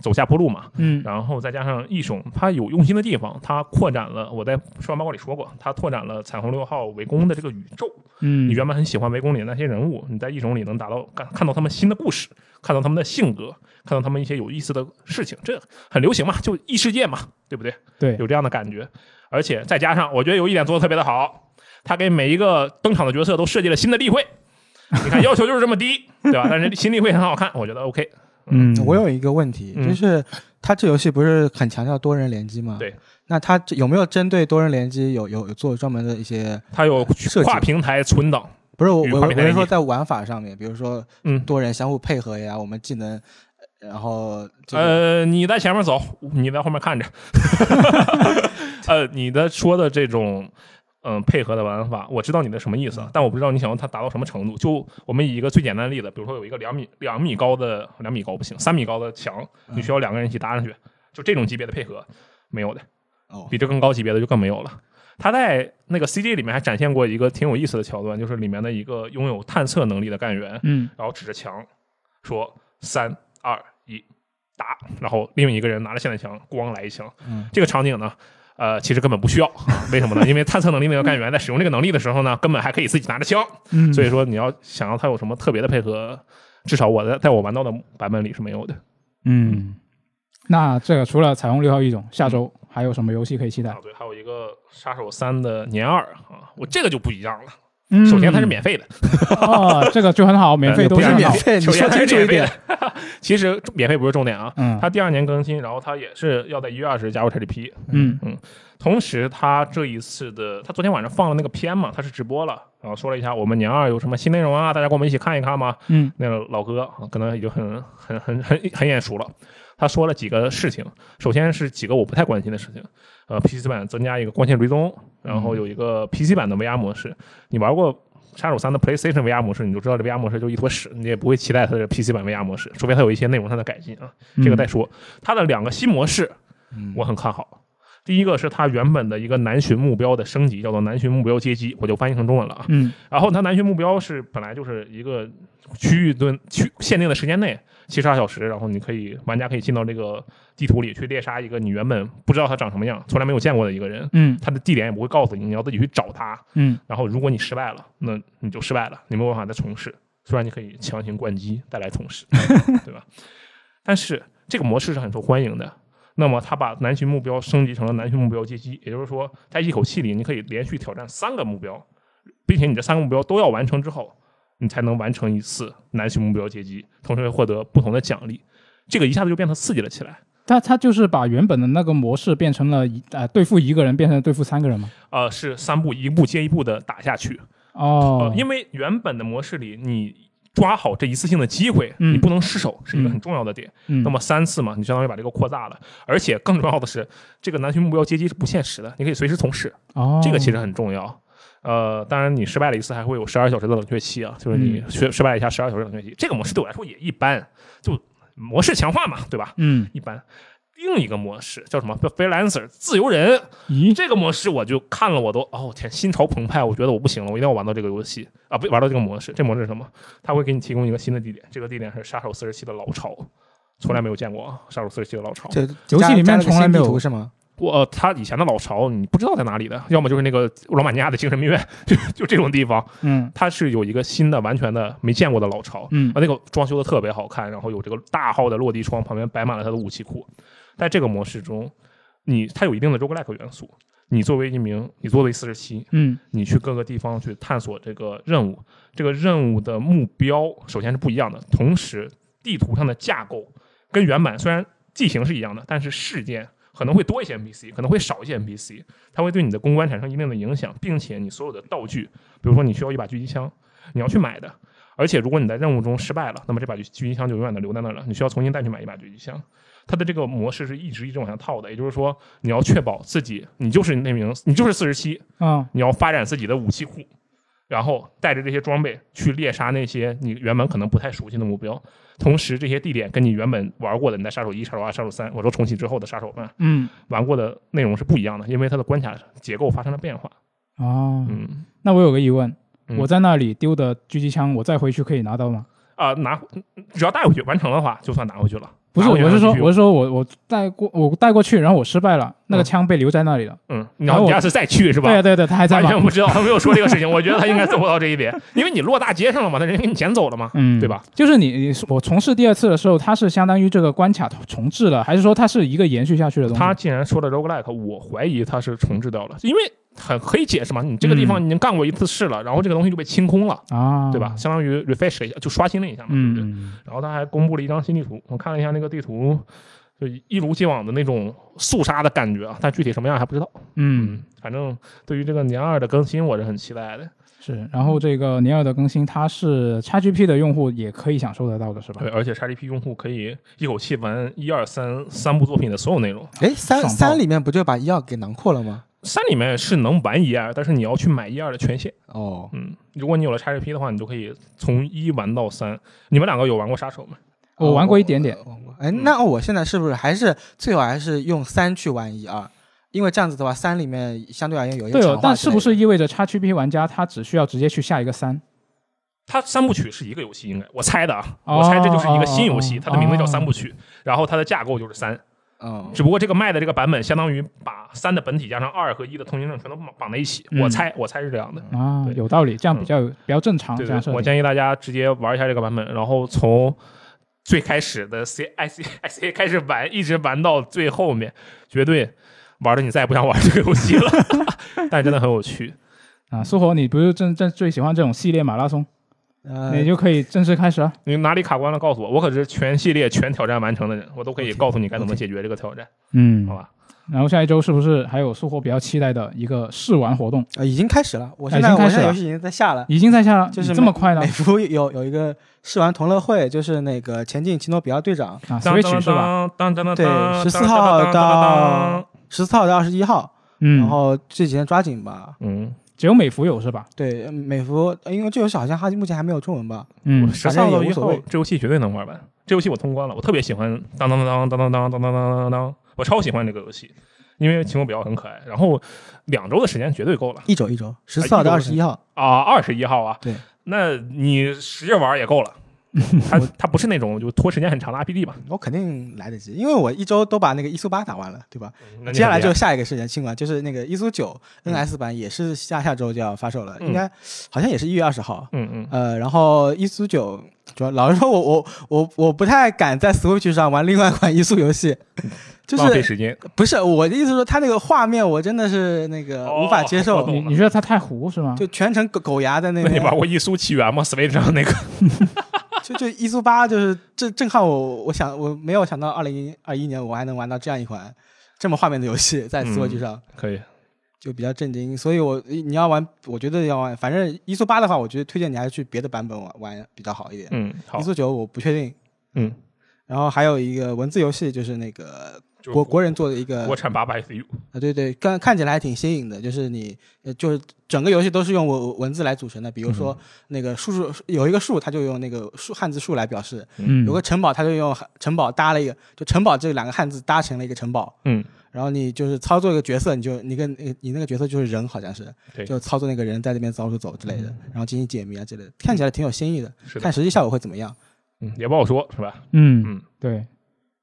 走下坡路嘛，嗯然后再加上一种它有用心的地方，它扩展了。我在双报告里说过，它拓展了彩虹六号围攻的这个宇宙。嗯，你原本很喜欢围攻里的那些人物，你在一种里能达到看看到他们新的故事，看到他们的性格，看到他们一些有意思的事情，这很流行嘛，就异世界嘛，对不对？对有这样的感觉。而且再加上，我觉得有一点做的特别的好，他给每一个登场的角色都设计了新的例会。你看，要求就是这么低，对吧？但是新例会很好看，我觉得 OK。嗯，我有一个问题，嗯就是它这游戏不是很强调多人联机吗？对。那它这有没有针对多人联机有有有做专门的一些？它有设计跨平台存档，不是我与我跨我平台是说联机在玩法上面，比如说嗯。多人相互配合呀，我们技能，呃然后这个呃，你在前面走，你在后面 [LAUGHS] 看着。呃，你的说的这种嗯、配合的玩法，我知道你的什么意嗯思啊，但我不知道你想要它达到什么程度。就我们以一个最简单的例子，比如说有一个两米两米高的两米高不行，三米高的墙，你需要两个人一起搭上去，就这种级别的配合没有的，哦比这更高级别的就更没有了。他在那个 CG 里面还展现过一个挺有意思的桥段，就是里面的一个拥有探测能力的干员，嗯然后指着墙说三二一打，然后另一个人拿着霰弹枪咣来一枪。嗯这个场景呢，呃，其实根本不需要， [LAUGHS] 啊为什么呢？因为探测能力那个干员在使用这个能力的时候呢，根本还可以自己拿着枪。嗯，所以说，你要想要他有什么特别的配合，至少我在在我玩到的版本里是没有的。嗯，那这个除了彩虹六号一种，下周嗯还有什么游戏可以期待啊？，对，还有一个杀手三的年二啊，我这个就不一样了。嗯首先它是免费的，呃哦，这个就很好， [LAUGHS] 免费都不是是很免好。费，你首说先它清是楚免一费点的。。 [LAUGHS] 其实免费不是重点啊，嗯它第二年更新，然后它也是要在一月二十加入 XGP，嗯同时，他这一次的，他昨天晚上放了那个片嘛，他是直播了，然后说了一下我们年二有什么新内容啊，大家跟我们一起看一看嘛。嗯那个老哥啊，可能已经很很很很很眼熟了。他说了几个事情，首先是几个我不太关心的事情，呃，PC 版增加一个光线追踪，然后有一个 PC 版的 VR 模式。你玩过《杀手三》的 PlayStation VR 模式，你就知道这 VR 模式就一坨屎，你也不会期待它的 PC 版 VR 模式，除非它有一些内容上的改进啊，嗯这个再说。它的两个新模式嗯我很看好。第一个是它原本的一个南巡目标的升级，叫做南巡目标街机，我就翻译成中文了啊。嗯然后它南巡目标是本来就是一个区域蹲区限定的时间内七十二小时，然后你可以玩家可以进到这个地图里去猎杀一个你原本不知道他长什么样、从来没有见过的一个人，嗯他的地点也不会告诉你，你要自己去找他。嗯然后如果你失败了，那你就失败了，你没有办法再重试。虽然你可以强行关机再来重试， [LAUGHS] 对吧？但是这个模式是很受欢迎的。那么他把南巡目标升级成了南巡目标街机，也就是说，在一口气里你可以连续挑战三个目标，并且你这三个目标都要完成之后，你才能完成一次南巡目标街机，同时会获得不同的奖励。这个一下子就变得刺激了起来。他他就是把原本的那个模式变成了一呃对付一个人变成了对付三个人嘛。呃，是三步一步接一步的打下去，哦呃，，因为原本的模式里，你抓好这一次性的机会，嗯你不能失手，是一个嗯很重要的点。嗯那么三次嘛，你相当于把这个扩大了，而且更重要的是，这个南巡目标接机是不限时的，你可以随时重试，哦，这个其实很重要。呃，当然，你失败了一次，还会有十二小时的冷却期啊，就是你嗯失失败一下十二小时冷却期。这个模式对我来说也一般，就模式强化嘛，对吧？嗯一般。另一个模式叫什么叫？freelancer 自由人，咦这个模式我就看了，我都哦天，心潮澎湃，我觉得我不行了，我一定要玩到这个游戏啊，不玩到这个模式。这模式是什么？它会给你提供一个新的地点，这个地点是杀手四十七的老巢，从来没有见过啊，杀手四十七的老巢。这游戏里面从来没有加了个新地图是吗？我、呃、它以前的老巢你不知道在哪里的，要么就是那个罗马尼亚的精神病院， [LAUGHS] 就就这种地方，嗯它是有一个新的完全的没见过的老巢。嗯啊，那个装修的特别好看，然后有这个大号的落地窗，旁边摆满了他的武器库。在这个模式中，你它有一定的 roguelike 元素。你作为一名，你作为四十七，嗯你去各个地方去探索这个任务，这个任务的目标首先是不一样的，同时地图上的架构跟原版虽然地形是一样的，但是事件可能会多一些 NPC，可能会少一些 NPC，它会对你的公关产生一定的影响，并且你所有的道具，比如说你需要一把狙击枪，你要去买的。而且，如果你在任务中失败了，那么这把狙狙击枪就永远的留在那儿了，你需要重新再去买一把狙击枪。它的这个模式是一直一直往下套的，也就是说，你要确保自己，你就是那名，你就是四十七，啊，你要发展自己的武器库，然后带着这些装备去猎杀那些你原本可能不太熟悉的目标。同时，这些地点跟你原本玩过的你在杀手一、杀手二、杀手三，我说重启之后的杀手们嗯，玩过的内容是不一样的，因为它的关卡结构发生了变化。哦，嗯，那我有个疑问，嗯我在那里丢的狙击枪，我再回去可以拿到吗？啊、拿只要带回去完成的话，就算拿回去了。不是，拿回去我是说，继续用我是说我我带过我带过去，然后我失败了，那个枪被留在那里了。嗯，然后你我下次再去是吧？哎对啊对啊对啊，他还在完吗？全不 [LAUGHS] 知道，他没有说这个事情。我觉得他应该做不到这一点，因为你落大街上了嘛，那人给你捡走了嘛，嗯，对吧？就是你你我重试第二次的时候，它是相当于这个关卡重置了，还是说它是一个延续下去的东西？他既然说了 roguelike，我怀疑他是重置掉了，因为很可以解释嘛，你这个地方已经干过一次事嗯了，然后这个东西就被清空了，啊，对吧？？相当于 refresh 了一下，就刷新了一下嘛，对不对？嗯，然后他还公布了一张新地图，我看了一下那个地图，就一如既往的那种肃杀的感觉啊，但具体什么样还不知道。嗯，，反正对于这个年二的更新，我是很期待的。是。然后这个尼尔的更新，它是 XGP 的用户也可以享受得到的，是吧对，？而且 XGP 用户可以一口气玩一二三三部作品的所有内容。哎，三爽爆三里面不就把一二给囊括了吗？三里面是能玩一二，但是你要去买一二的权限。哦，嗯，如果你有了 XGP 的话，你就可以从一玩到三。你们两个有玩过杀手吗？我玩过一点点，嗯哦。我哎，那我现在是不是还是最好还是用三去玩一二？因为这样子的话，三里面相对而言有一个对强哦化。但是不是？意味着 XGP 玩家他只需要直接去下一个三？它三部曲是一个游戏，应该我猜的啊，哦我猜这就是一个新游戏，哦它的名字叫三部曲，然后它的架构就是三，嗯，只不过这个卖的这个版本相当于把三的本体加上二和一的通行证全都绑绑在一起，嗯我猜我猜是这样的。啊，对有道理，这样嗯比较、比较正常，对这样对，设我定。建议大家直接玩一下这个版本，然后从最开始的 C I C I C 开始玩，一直玩到最后面，绝对玩的你再也不想玩这个游戏了。 [LAUGHS] 但真的很有趣，啊，苏活，你不是正正最喜欢这种系列马拉松，呃你就可以正式开始啊了。你哪里卡关了告诉我，我可是全系列全挑战完成的人，我都可以告诉你该怎么解决这个挑战，嗯好吧？然后下一周是不是还有苏活比较期待的一个试玩活动？呃已经开始了，我啊现已在经开我始现在了游戏已经在下了。已经在下了，啊就是你这么快呢美？服有有一个试玩同乐会，就是那个前进奇诺比奥队长，啊当，Switch 是吧？？当当当当对当14当号当当当当十四号到二十一号，嗯，然后这几天抓紧吧。嗯，只有美服有是吧？对，美服，呃因为这游戏好像它目前还没有中文吧？嗯十反三正号也以无所后谓，这游戏绝对能玩完。这游戏我通关了，我特别喜欢当当当当当当当当当当当当，我超喜欢这个游戏，因为情况比较很可爱。然后两周的时间绝对够了一周一周，十四号到一周二十一号。啊，二十一号啊，对，那你使劲玩也够了。它它不是那种就拖时间很长的 RPG 吧？我肯定来得及，因为我一周都把那个一苏八打完了，对吧？那你接下来很厉就害下一个事情新闻，就是那个一苏九嗯 NS 版也是下下周就要发售了，嗯应该好像也是一月二十号。嗯嗯，呃，然后一苏九，主要老实说我，我我我不太敢在 Switch 上玩另外一款一苏游戏，就嗯浪费是时间。不是我的意思是说，它那个画面我真的是那个哦无法接我受，懂你你觉得它太糊是吗？就全程狗狗牙的那那你玩个，过《一苏起源》吗？Switch 上 [LAUGHS] 那个？就就一苏八就是震震撼我，我想我没有想到二零二一年我还能玩到这样一款这么画面的游戏在嗯 Switch 上。可以，就比较震惊，所以我你要玩，我觉得要玩，反正一速八的话，我觉得推荐你还是去别的版本玩玩比较好一点。嗯，好一，速九我不确定，嗯，然后还有一个文字游戏，就是那个就是国国人做的一个国，产八百 SU，啊对对，看看起来还挺新颖的，就是你呃就是整个游戏都是用文文字来组成的，比如说那个数数有一个数，它就用那个数汉字数来表示，嗯有个城堡，它就用汉城堡搭了一个，就城堡这两个汉字搭成了一个城堡。嗯，然后你就是操作一个角色，你就你跟那个你那个角色就是人，好像是，对就操作那个人在那边到处走之类的，然后进行解谜啊之类的，看起来挺有新意的，是的看，实际效果会怎么样？嗯，也不好说，是吧？嗯嗯对。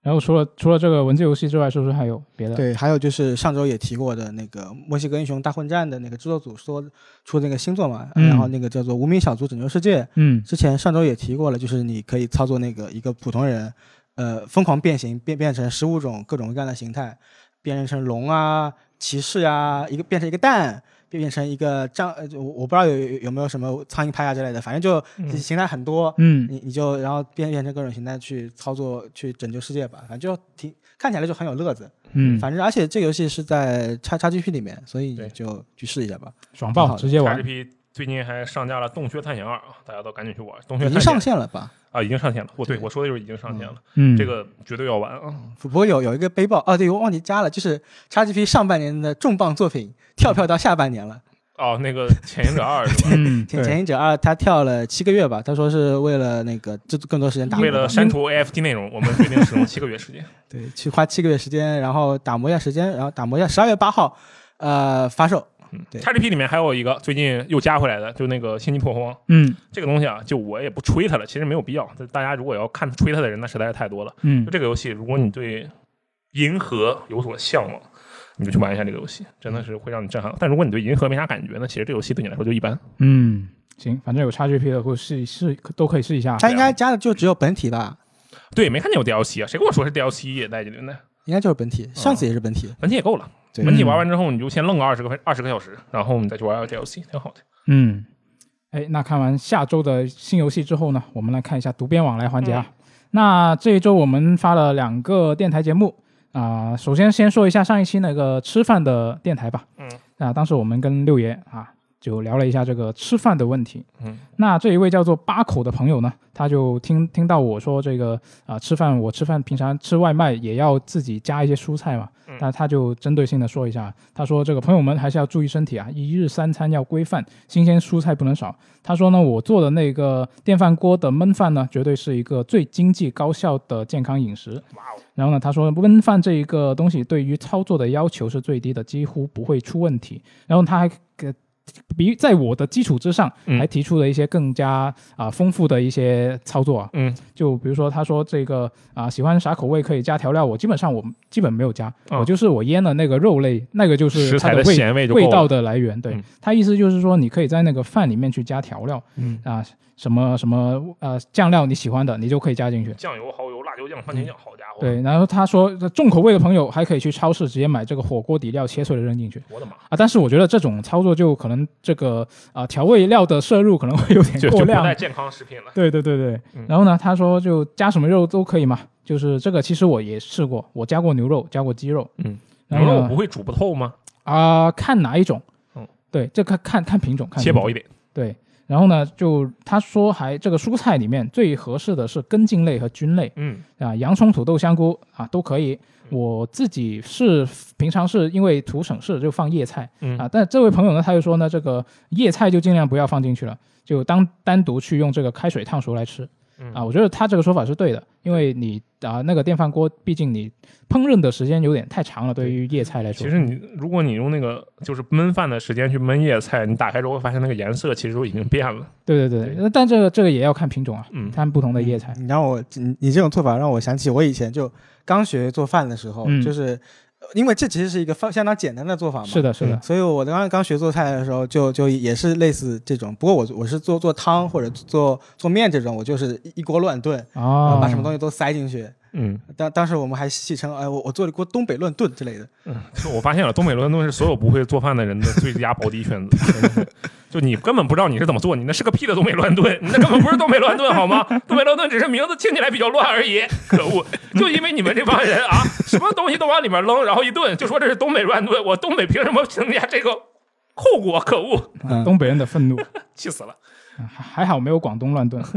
然后除了除了这个文字游戏之外，是不是还有别的？，对，还有就是上周也提过的那个《墨西哥英雄大混战》的那个制作组说出那个新作嘛，嗯然后那个叫做《无名小卒拯救世界》，嗯之前上周也提过了，就是你可以操作那个一个普通人，呃，疯狂变形，变变成十五种各种各样的形态，变成龙啊、骑士啊，一个变成一个蛋，变成一个障，呃，我我不知道有有有没有什么苍蝇拍啊之类的，反正就嗯形态很多，嗯，你你就然后变变成各种形态去操作去拯救世界吧，反正就挺看起来就很有乐子。嗯，反正而且这个游戏是在叉叉 GP 里面，所以对你就去试一下吧。爽挺爆，好的直接玩。 XGP 最近还上架了《洞穴探险二》，啊大家都赶紧去玩。《洞穴已探险》经上线了吧？啊，已经上线了。我对对我说的就是已经上线了，嗯，这个绝对要玩啊！不过有有一个背包哦，对我忘记加了，就是叉 GP 上半年的重磅作品跳票到下半年了。哦，那个《潜行者 [LAUGHS] 二》是吧？嗯，前对前行者二他跳了七个月吧，他说是为了那个制作更多时间打磨嗯为了删除 AFT 内容，我们决定使用七个月时间。对去花七个月时间，然后打磨一下时间，然后打磨一下十二月八号呃发售。嗯 [LAUGHS] 对，XGP 里面还有一个最近又加回来的，就那个《星际破荒》嗯这个东西啊，就我也不吹它了，其实没有必要。大家如果要看吹它的人，那实在是太多了。嗯就，这个游戏，如果你对银河有所向往，你就去玩一下这个游戏，真的是会让你震撼。但如果你对银河没啥感觉呢，其实这游戏对你来说就一般。嗯，行，反正有 XGP 的，或者试一试都可以试一啊下。他应该加的就只有本体吧，对，没看见有 DLC 啊，谁跟我说是 DLC 也带进来呢？应该就是本体，上次也是本体。本体也够了，对本体玩完之后你就先愣个二十个二十个小时，然后你再去玩玩 DLC，挺好的。嗯，哎，那看完下周的新游戏之后呢，我们来看一下读编往来环节嗯啊。那这一周我们发了两个电台节目啊、首先先说一下上一期那个吃饭的电台吧。嗯，啊，当时我们跟六爷啊就聊了一下这个吃饭的问题。嗯，那这一位叫做八口的朋友呢，他就听听到我说这个啊、吃饭我吃饭平常吃外卖也要自己加一些蔬菜嘛，嗯那他就针对性的说一下，他说这个朋友们还是要注意身体啊，一日三餐要规范，新鲜蔬菜不能少。他说呢，我做的那个电饭锅的焖饭呢，绝对是一个最经济高效的健康饮食。哇哦，然后呢，他说焖饭这一个东西对于操作的要求是最低的，几乎不会出问题。然后他还给。比在我的基础之上，嗯还提出了一些更加啊、丰富的一些操作啊，嗯，就比如说他说这个啊、喜欢啥口味可以加调料，我基本上我基本没有加，嗯我就是我腌的那个肉类，那个就是食它材的味咸味就够味道了。的来源。对嗯，他意思就是说你可以在那个饭里面去加调料嗯，啊、什么什么呃酱料你喜欢的你就可以加进去。嗯酱油、蚝油、辣椒酱、番茄酱，好家伙！，对，然后他说重口味的朋友还可以去超市直接买这个火锅底料切碎了扔进去。我的妈，啊，但是我觉得这种操作就可能这个啊、调味料的摄入可能会有点就过就不量，带健康食品了。对对对对嗯，然后呢，他说就加什么肉都可以嘛，就是这个其实我也试过，我加过牛肉，加过鸡肉，嗯，然牛后肉呢不会煮不透吗？啊、看哪一种，嗯，对，这看看看品种，看切品种薄一点。对，然后呢，就他说还这个蔬菜里面最合适的是根茎类和菌类嗯，啊，洋葱、土豆、香菇啊都可以。嗯我自己是平常是因为图省事就放叶菜，嗯啊，但这位朋友呢，他就说呢，这个叶菜就尽量不要放进去了，就当单独去用这个开水烫熟来吃。嗯啊，我觉得他这个说法是对的，因为你啊那个电饭锅，毕竟你烹饪的时间有点太长了，对于叶菜来说。其实你如果你用那个就是焖饭的时间去焖叶菜，你打开之后会发现那个颜色其实都已经变了。对对对，对那但这个这个也要看品种啊，嗯看不同的叶菜。你让我你你这种做法让我想起我以前就刚学做饭的时候，嗯就是呃因为这其实是一个非相当简单的做法嘛。是的，是的，所以我刚刚学做菜的时候就，就也是类似这种。不过我我是做做汤或者做做面这种，我就是一一锅乱炖，然哦后，把什么东西都塞进去。嗯当当时我们还戏称，哎，我我做了一锅东北乱炖之类的。嗯，就我发现了，东北乱炖是所有不会做饭的人的最佳保底选择。真的 [LAUGHS] 是就你根本不知道你是怎么做，你那是个屁的东北乱炖，你那根本不是东北乱炖好吗？东北乱炖只是名字听起来比较乱而已。可恶！就因为你们这帮人啊，什么东西都往里面扔，然后一炖就说这是东北乱炖，我东北凭什么评价这个后果？可恶！嗯东北人的愤怒，气死了。啊还还好没有广东乱炖。 [LAUGHS]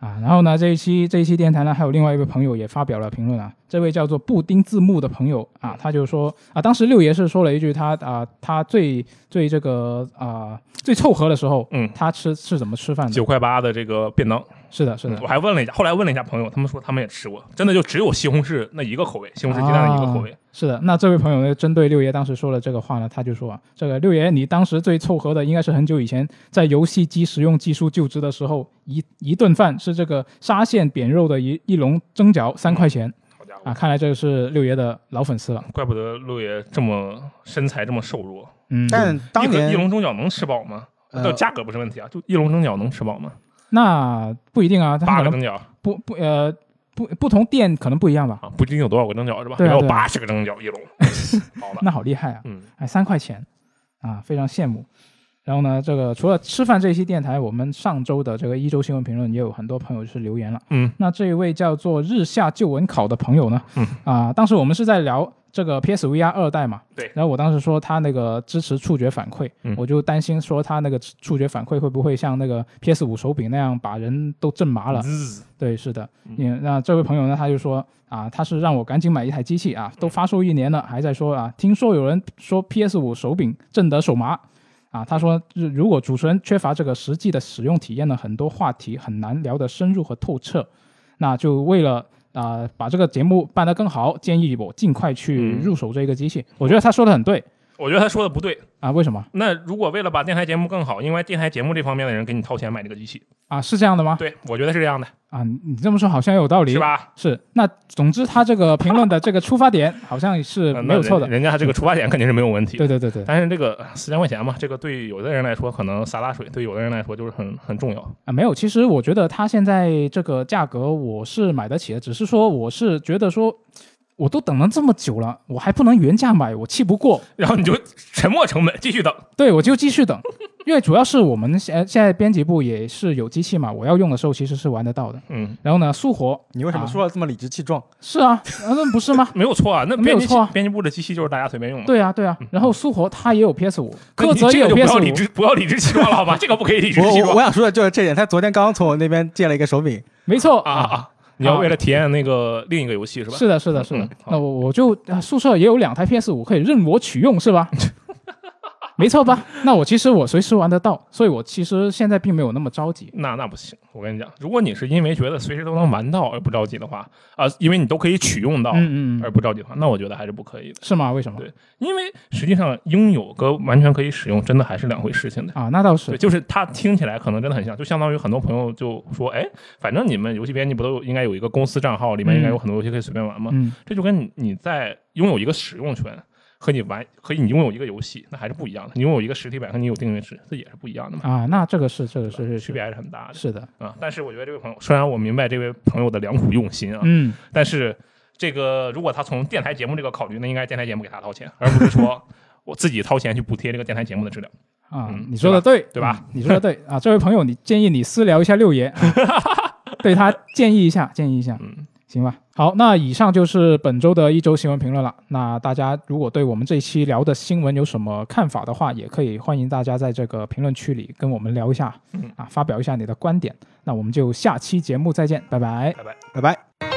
啊，然后呢，这一期这一期电台呢，还有另外一位朋友也发表了评论啊，这位叫做布丁字幕的朋友啊，他就说啊，当时六爷是说了一句他啊，他最最这个啊最凑合的时候，嗯他吃是怎么吃饭的？九块八的这个便当，是的，是的我，还问了一下，后来问了一下朋友，他们说他们也吃过，真的就只有西红柿那一个口味，西红柿鸡蛋的一个口味。是的。那这位朋友呢，针对六爷当时说了这个话呢，他就说啊，这个六爷你当时最凑合的应该是很久以前在游戏机使用技术就职的时候，一一顿饭是这个沙县扁肉的一一笼蒸饺三块钱。好家伙，啊，看来这个是六爷的老粉丝了。怪不得六爷这么身材这么瘦弱。嗯，但当一盒一年笼蒸饺能吃饱吗？呃但价格不是问题啊，就一笼蒸饺能吃饱吗？那不一定啊，他八可个能蒸饺不不呃不不同店可能不一样吧。啊，不一定有多少个蒸饺是吧？对啊要对啊 [LAUGHS] 八十个蒸饺一笼，好了，那好厉害啊，嗯，哎，三块钱啊，非常羡慕。然后呢，这个除了吃饭这一期电台，我们上周的这个一周新闻评论也有很多朋友是留言了。嗯，那这一位叫做日下旧闻考的朋友呢，嗯啊、当时我们是在聊这个 PSVR 二代嘛，对然后我当时说他那个支持触觉反馈，嗯我就担心说他那个触觉反馈会不会像那个 PS 五手柄那样把人都震麻了。滋对，是的嗯，嗯，那这位朋友呢，他就说啊，他是让我赶紧买一台机器啊，嗯都发售一年了，还在说啊，听说有人说 PS 五手柄震得手麻。啊，他说，如如果主持人缺乏这个实际的使用体验呢，很多话题很难聊得深入和透彻。那就为了啊、把这个节目办得更好，建议我尽快去嗯入手这个机器。我觉得他说的很对我觉得他说的不对。啊，为什么那如果为了把电台节目更好，因为电台节目这方面的人给你掏钱买这个机器，啊？是这样的吗？对我觉得是这样的，啊，你你这么说好像有道理，是？吧？是。那总之，他这个评论的这个出发点好像是呃没有错的 [LAUGHS] 那。人人家这个出发点肯定是没有问题。对对对对，但是这个啊四千块钱嘛，这个对有的人来说可能洒洒水，对有的人来说就是很很重要。啊，没有，其实我觉得它现在这个价格我是买得起的，只是说我是觉得说，我都等了这么久了，我还不能原价买，我气不过，然后你就沉没成本，继续等。对我就继续等，因为主要是我们现现在编辑部也是有机器嘛，我要用的时候其实是玩得到的。嗯，？然后呢，速活你为什么啊说的这么理直气壮？是啊，啊那不是吗 [LAUGHS] 没有错啊，那没有编辑错啊编辑部的机器就是大家随便用的。对啊，对啊。然后速活它也有 PS 五， [LAUGHS] 那柯你泽也这有个就不 PS 要五理，直不要理直气壮了，好吧？这个不可以理直我气我壮我想说的就是这点。他昨天刚从我那边借了一个手柄，没错啊啊！你要为了体验那个另一个游戏是吧？是的，是的，是的嗯。好那我我就啊宿舍也有两台 PS 五可以任我取用，是 [LAUGHS] 吧？没错吧？那我其实我随时玩得到，所以我其实现在并没有那么着急。那那不行，我跟你讲，如果你是因为觉得随时都能玩到而不着急的话，啊、因为你都可以取用到嗯嗯哦而嗯，不着急的话，那我觉得还是不可以的。是吗？为什么对？因为实际上拥有跟完全可以使用真的还是两回事情的。啊，那倒对，是就是它听起来可能真的很像，就相当于很多朋友就说，哎，反正你们游戏编辑不都有应该有一个公司账号，里面应该有很多游戏可以随便玩吗？嗯，这就跟你你在拥有一个使用权和你玩和你拥有一个游戏，那还是不一样的。你拥有一个实体版和你有订阅制，这也是不一样的嘛，啊，那这个是这个对吧是是区别还是很大的是的，啊。但是我觉得这位朋友，虽然我明白这位朋友的良苦用心啊，嗯，但是这个如果他从电台节目这个考虑，那应该电台节目给他掏钱，而不是说我自己掏钱去补贴这个电台节目的质量。啊嗯，你说的对，对吧嗯？你说的对啊，这位朋友，你建议你私聊一下六爷，啊 [LAUGHS] 对他建议一下，建议一下，嗯，行吧。好，那以上就是本周的一周新闻评论了。那大家如果对我们这一期聊的新闻有什么看法的话，也可以欢迎大家在这个评论区里跟我们聊一下嗯，啊，发表一下你的观点。那我们就下期节目再见，拜拜。拜拜。拜拜。